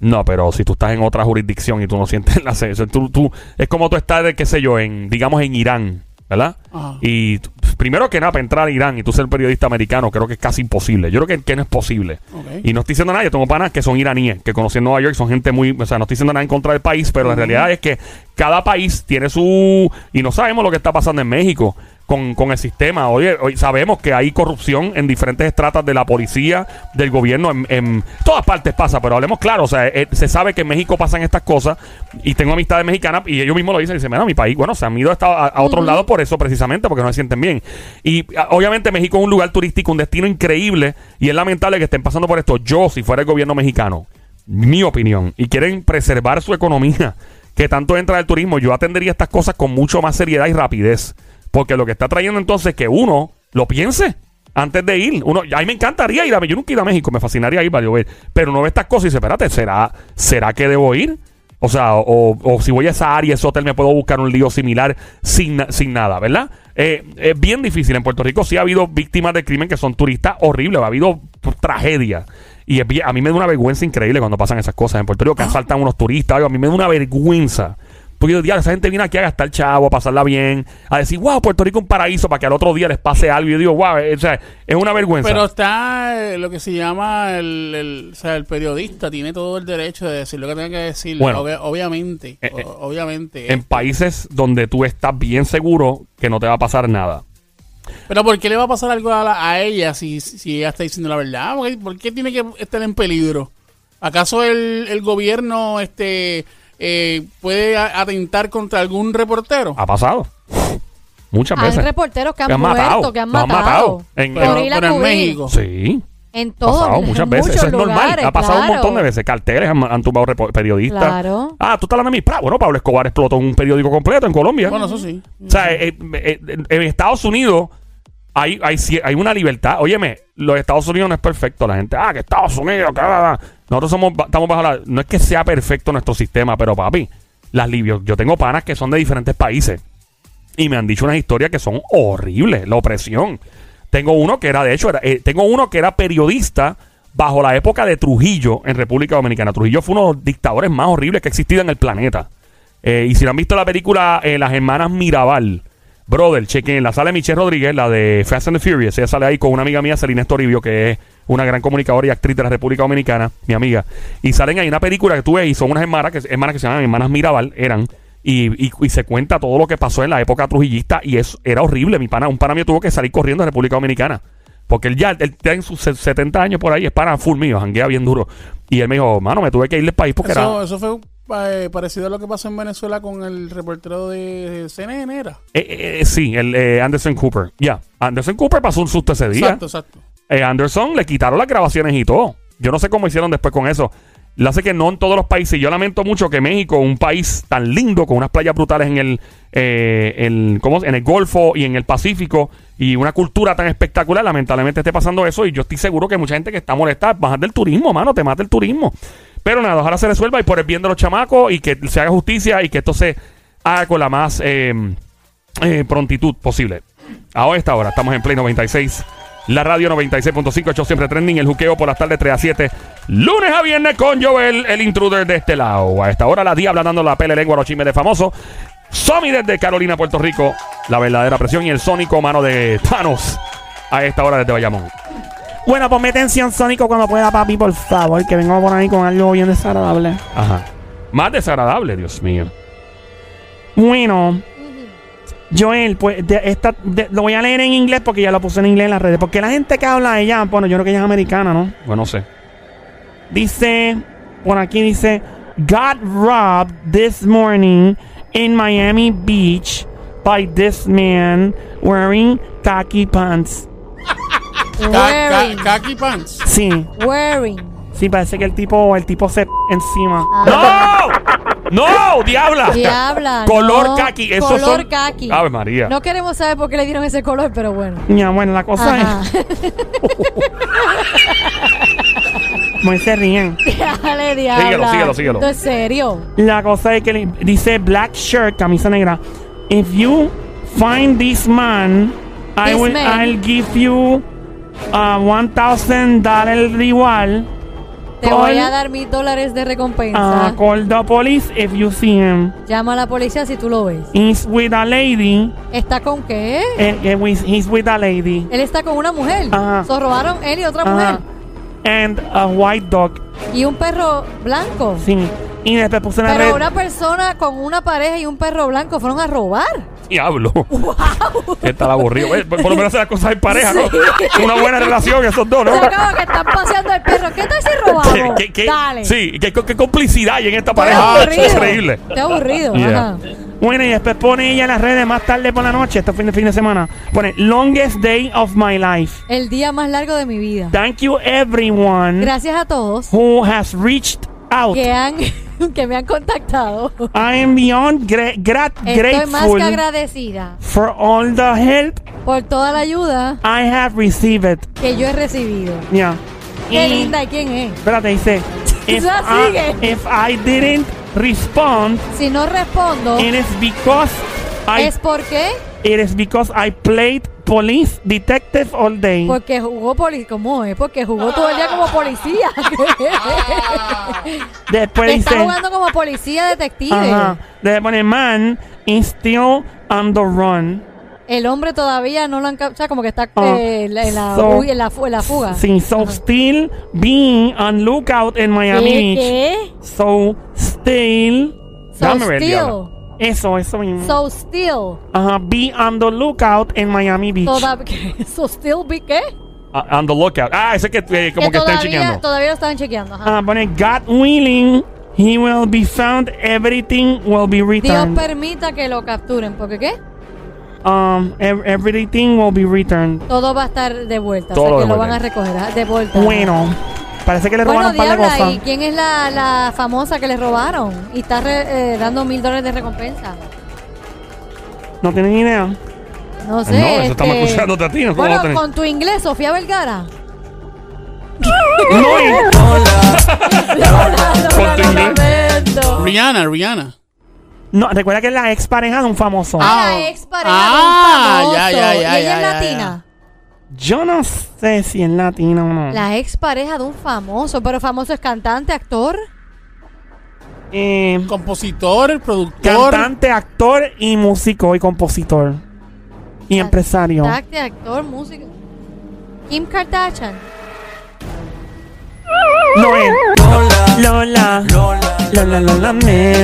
[SPEAKER 1] No, pero si tú estás en otra jurisdicción y tú no sientes la sensación, tú, tú- es como tú estás, qué sé yo, en, digamos, en Irán, ¿verdad?
[SPEAKER 4] Ajá.
[SPEAKER 1] Y tú- primero que nada, para entrar a Irán y tú ser periodista americano, creo que es casi imposible. Yo creo que, que no es posible.
[SPEAKER 4] Ok.
[SPEAKER 1] Y no estoy diciendo nada, yo tengo panas que son iraníes, que conocí en Nueva York, son gente muy, o sea, no estoy diciendo nada en contra del país, pero la realidad es que cada país tiene su... Y no sabemos lo que está pasando en México con, con el sistema. Hoy, hoy sabemos que hay corrupción en diferentes estratas de la policía, del gobierno, en, en todas partes pasa, pero hablemos claro, o sea, eh, se sabe que en México pasan estas cosas y tengo amistades mexicanas y ellos mismos lo dicen, dicen, mira, mi país, bueno, se han ido hasta a, a otros lados por eso precisamente, porque no se sienten bien. Y ah, obviamente México es un lugar turístico, un destino increíble y es lamentable que estén pasando por esto. Yo, si fuera el gobierno mexicano, mi opinión, y quieren preservar su economía, que tanto entra del turismo, yo atendería estas cosas con mucho más seriedad y rapidez. Porque lo que está trayendo entonces es que uno lo piense antes de ir. Uno, a mí me encantaría ir a Yo nunca he ido a México, me fascinaría ir para yo ver. Pero uno ve estas cosas y dice, espérate, ¿será, ¿será que debo ir? O sea, o, o si voy a esa área, ese hotel, me puedo buscar un lío similar sin, na- sin nada, ¿verdad? Eh, es bien difícil. En Puerto Rico sí ha habido víctimas de crimen que son turistas horribles. Ha habido p- tragedias. Y es bien- a mí me da una vergüenza increíble cuando pasan esas cosas en Puerto Rico, que asaltan unos turistas. algo. A mí me da una vergüenza. Porque yo digo, "Diablo, esa gente viene aquí a gastar chavo, a pasarla bien, a decir, wow, Puerto Rico es un paraíso para que al otro día les pase algo. Y yo digo, wow, eh, o sea, es una vergüenza.
[SPEAKER 12] Pero está eh, lo que se llama el, el- o sea, el periodista, tiene todo el derecho de decir lo que tenga que decir,
[SPEAKER 1] Bueno.
[SPEAKER 12] obvia- obviamente,
[SPEAKER 1] Eh, eh.
[SPEAKER 12] o- obviamente.
[SPEAKER 1] en países donde tú estás bien seguro que no te va a pasar nada.
[SPEAKER 12] Pero ¿por qué le va a pasar algo a, la- a ella si, si ella está diciendo la verdad? ¿Por qué, por qué tiene que estar en peligro? ¿Acaso el, el gobierno este eh, puede a- atentar contra algún reportero?
[SPEAKER 1] Ha pasado. Muchas
[SPEAKER 3] Hay
[SPEAKER 1] veces.
[SPEAKER 3] reporteros que han,
[SPEAKER 1] Que han
[SPEAKER 3] muerto,
[SPEAKER 1] matado,
[SPEAKER 3] que han
[SPEAKER 1] lo han
[SPEAKER 3] matado.
[SPEAKER 1] matado. En-
[SPEAKER 3] por
[SPEAKER 1] en-
[SPEAKER 3] ir a
[SPEAKER 12] pero en
[SPEAKER 3] cubrir.
[SPEAKER 12] México.
[SPEAKER 1] Sí.
[SPEAKER 3] En
[SPEAKER 1] Ha
[SPEAKER 3] todo.
[SPEAKER 1] pasado
[SPEAKER 3] en
[SPEAKER 1] muchas veces. Eso
[SPEAKER 3] muchos
[SPEAKER 1] es normal.
[SPEAKER 3] lugares,
[SPEAKER 1] Ha pasado un
[SPEAKER 3] claro.
[SPEAKER 1] montón de veces. Carteles han, han tumbado repo- periodistas.
[SPEAKER 3] Claro.
[SPEAKER 1] Ah, tú estás hablando de mí. Pra- Bueno, Pablo Escobar explotó un periódico completo en Colombia.
[SPEAKER 12] Bueno, eso sí.
[SPEAKER 1] O sea, eh, eh, eh, en Estados Unidos hay, hay, ci- hay una libertad. Óyeme, los Estados Unidos no es perfecto. La gente, ah, que Estados Unidos, que, ah, ah, ah. Nosotros somos, ba- estamos bajo la... No es que sea perfecto nuestro sistema, pero papi, las libios, yo tengo panas que son de diferentes países. Y me han dicho unas historias que son horribles, la opresión. Tengo uno que era, de hecho, era, eh, tengo uno que era periodista bajo la época de Trujillo en República Dominicana. Trujillo fue uno de los dictadores más horribles que ha existido en el planeta. Eh, y si no han visto la película eh, Las Hermanas Mirabal, brother, chequen, en la sala de Michelle Rodríguez, la de Fast and the Furious, ella sale ahí con una amiga mía, Celina Toribio, que es una gran comunicadora y actriz de la República Dominicana, mi amiga. Y salen ahí una película que tú ves y son unas hermanas que, hermanas que se llaman Hermanas Mirabal, eran y, y- y se cuenta todo lo que pasó en la época trujillista y es, era horrible. Mi pana, un pana mío tuvo que salir corriendo de República Dominicana. Porque él ya, él está en sus se- 70 años por ahí, es pana full mío, janguea bien duro. Y él me dijo, mano, me tuve que ir del país porque
[SPEAKER 12] Eso,
[SPEAKER 1] era...
[SPEAKER 12] eso fue eh, parecido a lo que pasó en Venezuela con el reportero de CNN, ¿era?
[SPEAKER 1] Eh, eh, eh, sí, el eh, Anderson Cooper. Ya, Anderson Cooper pasó un susto ese día.
[SPEAKER 12] Exacto, exacto.
[SPEAKER 1] Eh, Anderson le quitaron las grabaciones y todo. Yo no sé cómo hicieron después con eso. La hace que no en todos los países. Yo lamento mucho que México, un país tan lindo, con unas playas brutales en el, eh, el- ¿cómo es? en el Golfo y en el Pacífico, y una cultura tan espectacular, lamentablemente esté pasando eso. Y yo estoy seguro que mucha gente que está molestada, bajar del turismo, mano, te mata el turismo. Pero nada, ojalá se resuelva y por el bien de los chamacos y que se haga justicia y que esto se haga con la más eh, eh, prontitud posible. A esta hora estamos en Play 96. La radio 96.5, hecho siempre trending, el juqueo por las tardes 3 a 7, lunes a viernes con Joel, el intruder de este lado. A esta hora la diabla dando la pele lengua a los chismes de famoso. Somi desde Carolina, Puerto Rico, la verdadera presión y el sónico mano de Thanos. A esta hora desde Bayamón.
[SPEAKER 2] Bueno, ponme atención, Sónico, cuando pueda, papi, por favor, que vengo por ahí con algo bien desagradable.
[SPEAKER 1] Ajá. Más desagradable, Dios mío.
[SPEAKER 2] Bueno, Joel, pues de- esta- de- lo voy a leer en inglés porque ya lo puse en inglés en las redes. Porque la gente que habla de ella, bueno, yo creo que ella es americana, ¿no?
[SPEAKER 1] Bueno, no sé.
[SPEAKER 2] Dice, por aquí dice, got robbed this morning in Miami Beach by this man wearing khaki pants.
[SPEAKER 12] Ca- ca- Khaki Pants.
[SPEAKER 2] Sí,
[SPEAKER 3] Wearing.
[SPEAKER 2] sí, parece que el tipo, el tipo se p- encima.
[SPEAKER 1] ¡No! ¡No! ¡Diabla!
[SPEAKER 3] Diabla.
[SPEAKER 1] Color
[SPEAKER 3] no.
[SPEAKER 1] kaki. Esos
[SPEAKER 3] color
[SPEAKER 1] son-
[SPEAKER 3] kaki.
[SPEAKER 1] Ave María.
[SPEAKER 3] No queremos saber por qué le dieron ese color, pero bueno.
[SPEAKER 2] Ya, bueno, la cosa
[SPEAKER 3] Ajá.
[SPEAKER 2] es. Muy se ríen.
[SPEAKER 3] Dale, diabla.
[SPEAKER 2] Síguelo, síguelo, síguelo.
[SPEAKER 3] ¿Esto es serio?
[SPEAKER 2] La cosa es que le- dice black shirt, camisa negra. If you find this man, I
[SPEAKER 3] This
[SPEAKER 2] will,
[SPEAKER 3] man.
[SPEAKER 2] I'll give you uh, $1,000 igual.
[SPEAKER 3] Te
[SPEAKER 2] Call-
[SPEAKER 3] voy a dar mil dólares de recompensa.
[SPEAKER 1] Ah,
[SPEAKER 2] Uh, call the police if you see him.
[SPEAKER 3] Llama a la policía si tú lo ves.
[SPEAKER 2] He's with a lady.
[SPEAKER 3] ¿Está con qué?
[SPEAKER 2] Eh, eh, with- he's with a lady.
[SPEAKER 3] Él está con una mujer.
[SPEAKER 2] Ajá.
[SPEAKER 3] Se robaron él y otra
[SPEAKER 2] Ajá.
[SPEAKER 3] mujer.
[SPEAKER 2] And a white dog.
[SPEAKER 3] Y un perro blanco.
[SPEAKER 2] Sí. Y después puse una
[SPEAKER 3] Pero
[SPEAKER 2] red.
[SPEAKER 3] una persona con una pareja y un perro blanco fueron a robar.
[SPEAKER 1] Diablo. Está la aburrido. Eh, por por lo menos hacer las cosas en pareja, ¿no? Una buena relación, esos dos, ¿no?
[SPEAKER 3] Se acaba que están paseando el perro. ¿Qué tal si robamos?
[SPEAKER 1] ¿Qué- qué- qué-
[SPEAKER 3] Dale.
[SPEAKER 1] Sí, qué, qué complicidad hay en esta
[SPEAKER 3] Qué
[SPEAKER 1] pareja.
[SPEAKER 3] aburrido.
[SPEAKER 1] Increíble.
[SPEAKER 3] Qué aburrido.
[SPEAKER 1] Yeah.
[SPEAKER 3] Ajá.
[SPEAKER 2] Bueno, y después pone ella en las redes más tarde por la noche, este fin de, fin de semana. Pone, longest day of my life.
[SPEAKER 3] El día más largo de mi vida.
[SPEAKER 2] Thank you everyone
[SPEAKER 3] Gracias a todos
[SPEAKER 2] who has reached out.
[SPEAKER 3] que han que me han contactado.
[SPEAKER 2] I am beyond gra- grat-
[SPEAKER 3] Estoy más
[SPEAKER 2] grateful
[SPEAKER 3] que agradecida
[SPEAKER 2] for all the help
[SPEAKER 3] por toda la ayuda
[SPEAKER 2] I have received.
[SPEAKER 3] que yo he recibido.
[SPEAKER 2] Yeah.
[SPEAKER 3] Qué
[SPEAKER 2] Y-
[SPEAKER 3] linda, ¿y quién es?
[SPEAKER 2] Espérate, dice. If
[SPEAKER 3] Ya
[SPEAKER 2] I,
[SPEAKER 3] sigue.
[SPEAKER 2] if I didn't respond,
[SPEAKER 3] Si no respondo,
[SPEAKER 2] it is because I
[SPEAKER 3] Oh. ¿es por qué?
[SPEAKER 2] it is because I played police detective all day.
[SPEAKER 3] Porque jugó policía. ¿Cómo es? Porque jugó todo el día como policía. Ah.
[SPEAKER 2] Después
[SPEAKER 3] Está
[SPEAKER 2] dice,
[SPEAKER 3] jugando como policía detective.
[SPEAKER 2] ajá, después pone man is still on the run.
[SPEAKER 3] El hombre todavía no lo han captado. O sea, como que está
[SPEAKER 2] Ah,
[SPEAKER 3] eh, en la- en la
[SPEAKER 2] so-
[SPEAKER 3] fu- en la fu- en la fuga.
[SPEAKER 2] Sí, so still being on lookout in Miami
[SPEAKER 3] ¿Qué?
[SPEAKER 2] Beach. So still.
[SPEAKER 3] So
[SPEAKER 2] Dame ver,
[SPEAKER 3] still.
[SPEAKER 2] diabla. Eso, eso mismo.
[SPEAKER 3] So still.
[SPEAKER 2] Ajá, be on the lookout en Miami Beach.
[SPEAKER 3] Toda- so still be qué?
[SPEAKER 1] Ah, on the lookout. Ah, ese que eh, como que, están
[SPEAKER 3] todavía,
[SPEAKER 1] chequeando.
[SPEAKER 3] todavía lo estaban chequeando. ajá.
[SPEAKER 2] Ah, pone God willing, he will be found, everything will be
[SPEAKER 3] Dios
[SPEAKER 2] returned.
[SPEAKER 3] permita que lo capturen. ¿Porque qué?
[SPEAKER 2] Um, ev- everything will be returned.
[SPEAKER 3] Todo va a estar de vuelta.
[SPEAKER 2] Todo
[SPEAKER 3] o sea, que
[SPEAKER 2] de
[SPEAKER 3] lo
[SPEAKER 2] vuelta.
[SPEAKER 3] van a recoger. ah, De vuelta.
[SPEAKER 2] Bueno, parece que le
[SPEAKER 3] Bueno,
[SPEAKER 2] robaron un par de
[SPEAKER 3] Diabla, ¿y
[SPEAKER 2] cosas.
[SPEAKER 3] quién es la, la famosa que le robaron? Y está re- eh, dando mil dólares de recompensa.
[SPEAKER 2] No tienen idea.
[SPEAKER 3] No sé.
[SPEAKER 1] No, eso
[SPEAKER 3] este-
[SPEAKER 1] estamos escuchándote a ti, ¿no? ¿Cómo
[SPEAKER 3] Bueno,
[SPEAKER 1] lo tenés?
[SPEAKER 3] con tu inglés, Sofía Vergara.
[SPEAKER 2] No, y-
[SPEAKER 1] Con tu inglés.
[SPEAKER 12] Rihanna, Rihanna.
[SPEAKER 2] no, recuerda que es la ex pareja de un famoso.
[SPEAKER 3] Ah, la ex pareja
[SPEAKER 12] Ah,
[SPEAKER 3] de un famoso.
[SPEAKER 12] ya, ya, ya,
[SPEAKER 3] y ella
[SPEAKER 12] ya,
[SPEAKER 3] es
[SPEAKER 12] ya,
[SPEAKER 3] latina.
[SPEAKER 2] Yo no sé si es latino o
[SPEAKER 1] Mm.
[SPEAKER 2] no.
[SPEAKER 3] La ex pareja de un famoso. Pero famoso es cantante, actor.
[SPEAKER 2] Eh,
[SPEAKER 12] Compositor, el productor.
[SPEAKER 2] cantante, actor y músico y compositor. Y empresario.
[SPEAKER 3] Cantante, actor, músico. Kim Kardashian.
[SPEAKER 2] No es. Lola. Lola, lo
[SPEAKER 1] Eh,
[SPEAKER 2] lamento.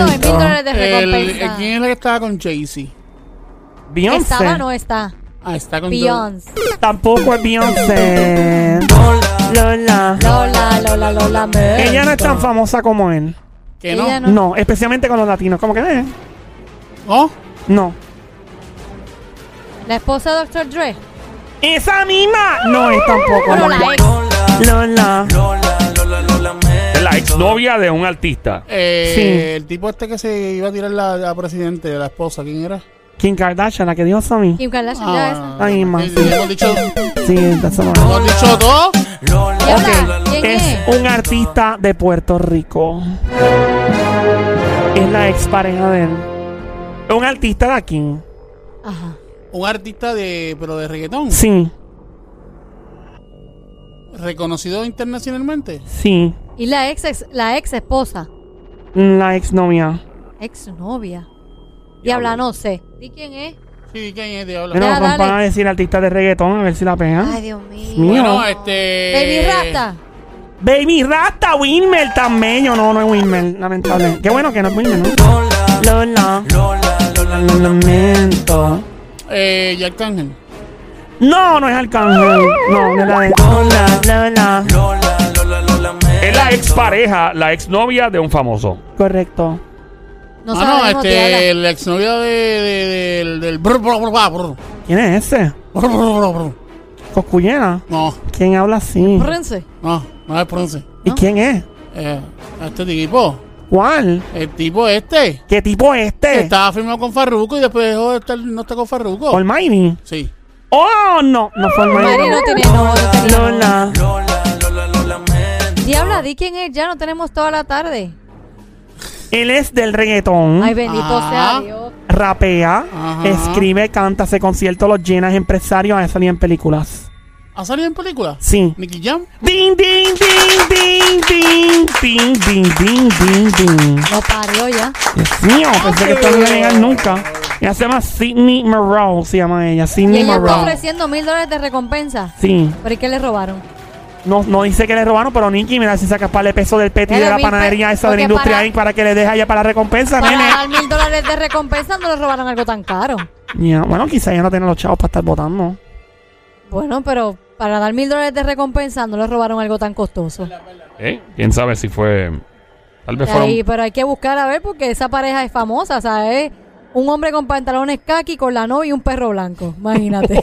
[SPEAKER 3] No, es mil dólares de
[SPEAKER 12] El- eh,
[SPEAKER 3] recompensa.
[SPEAKER 12] ¿Quién es la que estaba con Jay-Z?
[SPEAKER 3] Estaba
[SPEAKER 2] Beyoncé.
[SPEAKER 3] no está.
[SPEAKER 12] Ah, está con
[SPEAKER 3] Beyoncé.
[SPEAKER 2] Tampoco es Beyoncé. Lola.
[SPEAKER 3] Lola, Lola, Lola, me.
[SPEAKER 2] Ella no es tan famosa como él.
[SPEAKER 12] Que no.
[SPEAKER 3] Ella
[SPEAKER 12] ¿No?
[SPEAKER 3] No.
[SPEAKER 2] No, especialmente con los latinos. ¿Cómo que no es? No.
[SPEAKER 3] La esposa de Dr. Dre.
[SPEAKER 2] Esa misma. No es tampoco.
[SPEAKER 3] Bueno, la ex.
[SPEAKER 2] Lola.
[SPEAKER 1] Es la exnovia de un artista.
[SPEAKER 12] Eh,
[SPEAKER 2] Sí.
[SPEAKER 12] El tipo este que se iba a tirar la, la presidente, la esposa, ¿quién era?
[SPEAKER 2] Kim Kardashian, la que dijo Sammy.
[SPEAKER 3] Kim Kardashian, ya esa.
[SPEAKER 12] bueno,
[SPEAKER 2] Ay, ma,
[SPEAKER 12] eh,
[SPEAKER 2] sí.
[SPEAKER 12] Hemos dicho,
[SPEAKER 2] Sí, esa no es.
[SPEAKER 12] hemos dicho todo.
[SPEAKER 3] Diabla, ¿quién es?
[SPEAKER 2] Es un artista de Puerto Rico. Es la expareja de él. Es un artista de aquí.
[SPEAKER 3] Ajá.
[SPEAKER 12] Un artista de, pero de reggaetón.
[SPEAKER 2] Sí,
[SPEAKER 12] Reconocido internacionalmente.
[SPEAKER 2] sí.
[SPEAKER 3] Y la ex, ex- la ex esposa.
[SPEAKER 2] La exnovia.
[SPEAKER 3] Ex novia. Diabla, no sé. ¿Y quién es?
[SPEAKER 12] Sí, ¿quién es? Diablo?
[SPEAKER 2] Bueno,
[SPEAKER 3] Ya,
[SPEAKER 2] vamos
[SPEAKER 3] dale.
[SPEAKER 2] a decir artista de reggaetón, a ver si la pegan.
[SPEAKER 3] Ay, Dios Ah. mío. Ah,
[SPEAKER 2] mío.
[SPEAKER 12] Bueno, este.
[SPEAKER 3] Baby Rasta.
[SPEAKER 2] Baby Rasta, Wilmer también. Yo no, no es Wilmer, lamentable. Qué bueno que no es Wilmer, ¿no? Lola. Lola, lo lamento.
[SPEAKER 12] Eh, Jack Ángel.
[SPEAKER 2] No, no es Arcángel. No, no es la de. Lola, Lola.
[SPEAKER 1] Es la expareja, la exnovia de un famoso.
[SPEAKER 2] Correcto.
[SPEAKER 3] No
[SPEAKER 12] ah, no,
[SPEAKER 3] sabemos,
[SPEAKER 12] este.
[SPEAKER 3] Diabla.
[SPEAKER 12] El exnovio de, de- del. del brr, brr, brr, brr,
[SPEAKER 2] ¿Quién es ese?
[SPEAKER 12] brr, brr, brr, brr.
[SPEAKER 2] Coscullera.
[SPEAKER 12] No,
[SPEAKER 2] ¿Quién habla así?
[SPEAKER 3] Rense.
[SPEAKER 12] no, no es Prince.
[SPEAKER 2] ¿Y quién es?
[SPEAKER 12] Eh, este tipo.
[SPEAKER 2] ¿Cuál?
[SPEAKER 12] El tipo este.
[SPEAKER 2] ¿Qué tipo es
[SPEAKER 12] que
[SPEAKER 2] este?
[SPEAKER 12] Estaba firmado con Farruko y después dejó de estar. No está con Farruko.
[SPEAKER 2] ¿Almighty?
[SPEAKER 12] Sí.
[SPEAKER 2] ¡Oh, no! No fue
[SPEAKER 3] Mari no
[SPEAKER 2] Almighty.
[SPEAKER 3] tiene no, no tiene-
[SPEAKER 2] Lola.
[SPEAKER 3] Diabla, di quién es. Ya no tenemos toda la tarde.
[SPEAKER 2] Él es del reggaetón.
[SPEAKER 3] Ay, bendito sea
[SPEAKER 12] Ah.
[SPEAKER 3] Dios.
[SPEAKER 2] Rapea,
[SPEAKER 12] Ajá.
[SPEAKER 2] escribe, canta, hace conciertos, los llena, es empresario, ha salido en películas.
[SPEAKER 12] ¿Ha salido en película?
[SPEAKER 2] Sí.
[SPEAKER 12] ¿Nicky Jam?
[SPEAKER 2] ¡Ding, ding, ding, ding, ding, ding, ding, ding, ding, ding!
[SPEAKER 3] Lo parió ya.
[SPEAKER 2] Dios mío, pensé que esto no iba a llegar nunca. Ella se llama Sidney Monroe, se llama ella.
[SPEAKER 3] Y
[SPEAKER 2] Sidney
[SPEAKER 3] ella está
[SPEAKER 2] Monroe.
[SPEAKER 3] ofreciendo mil dólares de recompensa.
[SPEAKER 2] Sí.
[SPEAKER 3] ¿Por qué le robaron?
[SPEAKER 2] No, no dice que le robaron, pero Nicky, mira si saca par de peso del peti
[SPEAKER 3] Pero
[SPEAKER 2] de la
[SPEAKER 3] mil pe-
[SPEAKER 2] panadería esa de la
[SPEAKER 3] porque
[SPEAKER 2] industria
[SPEAKER 3] para-
[SPEAKER 2] ahí para que le deje allá para la recompensa,
[SPEAKER 3] Para
[SPEAKER 2] nene.
[SPEAKER 3] dar mil dólares de recompensa no le robaron algo tan caro.
[SPEAKER 2] Ya, bueno, quizá ya no tiene los chavos para estar votando.
[SPEAKER 3] Bueno, pero para dar mil dólares de recompensa no le robaron algo tan costoso.
[SPEAKER 1] ¿Eh? ¿Quién sabe si fue... Tal vez fueron...
[SPEAKER 3] Ahí, pero hay que buscar a ver porque esa pareja es famosa, o sea, es un hombre con pantalones kaki, con la novia y un perro blanco. Imagínate.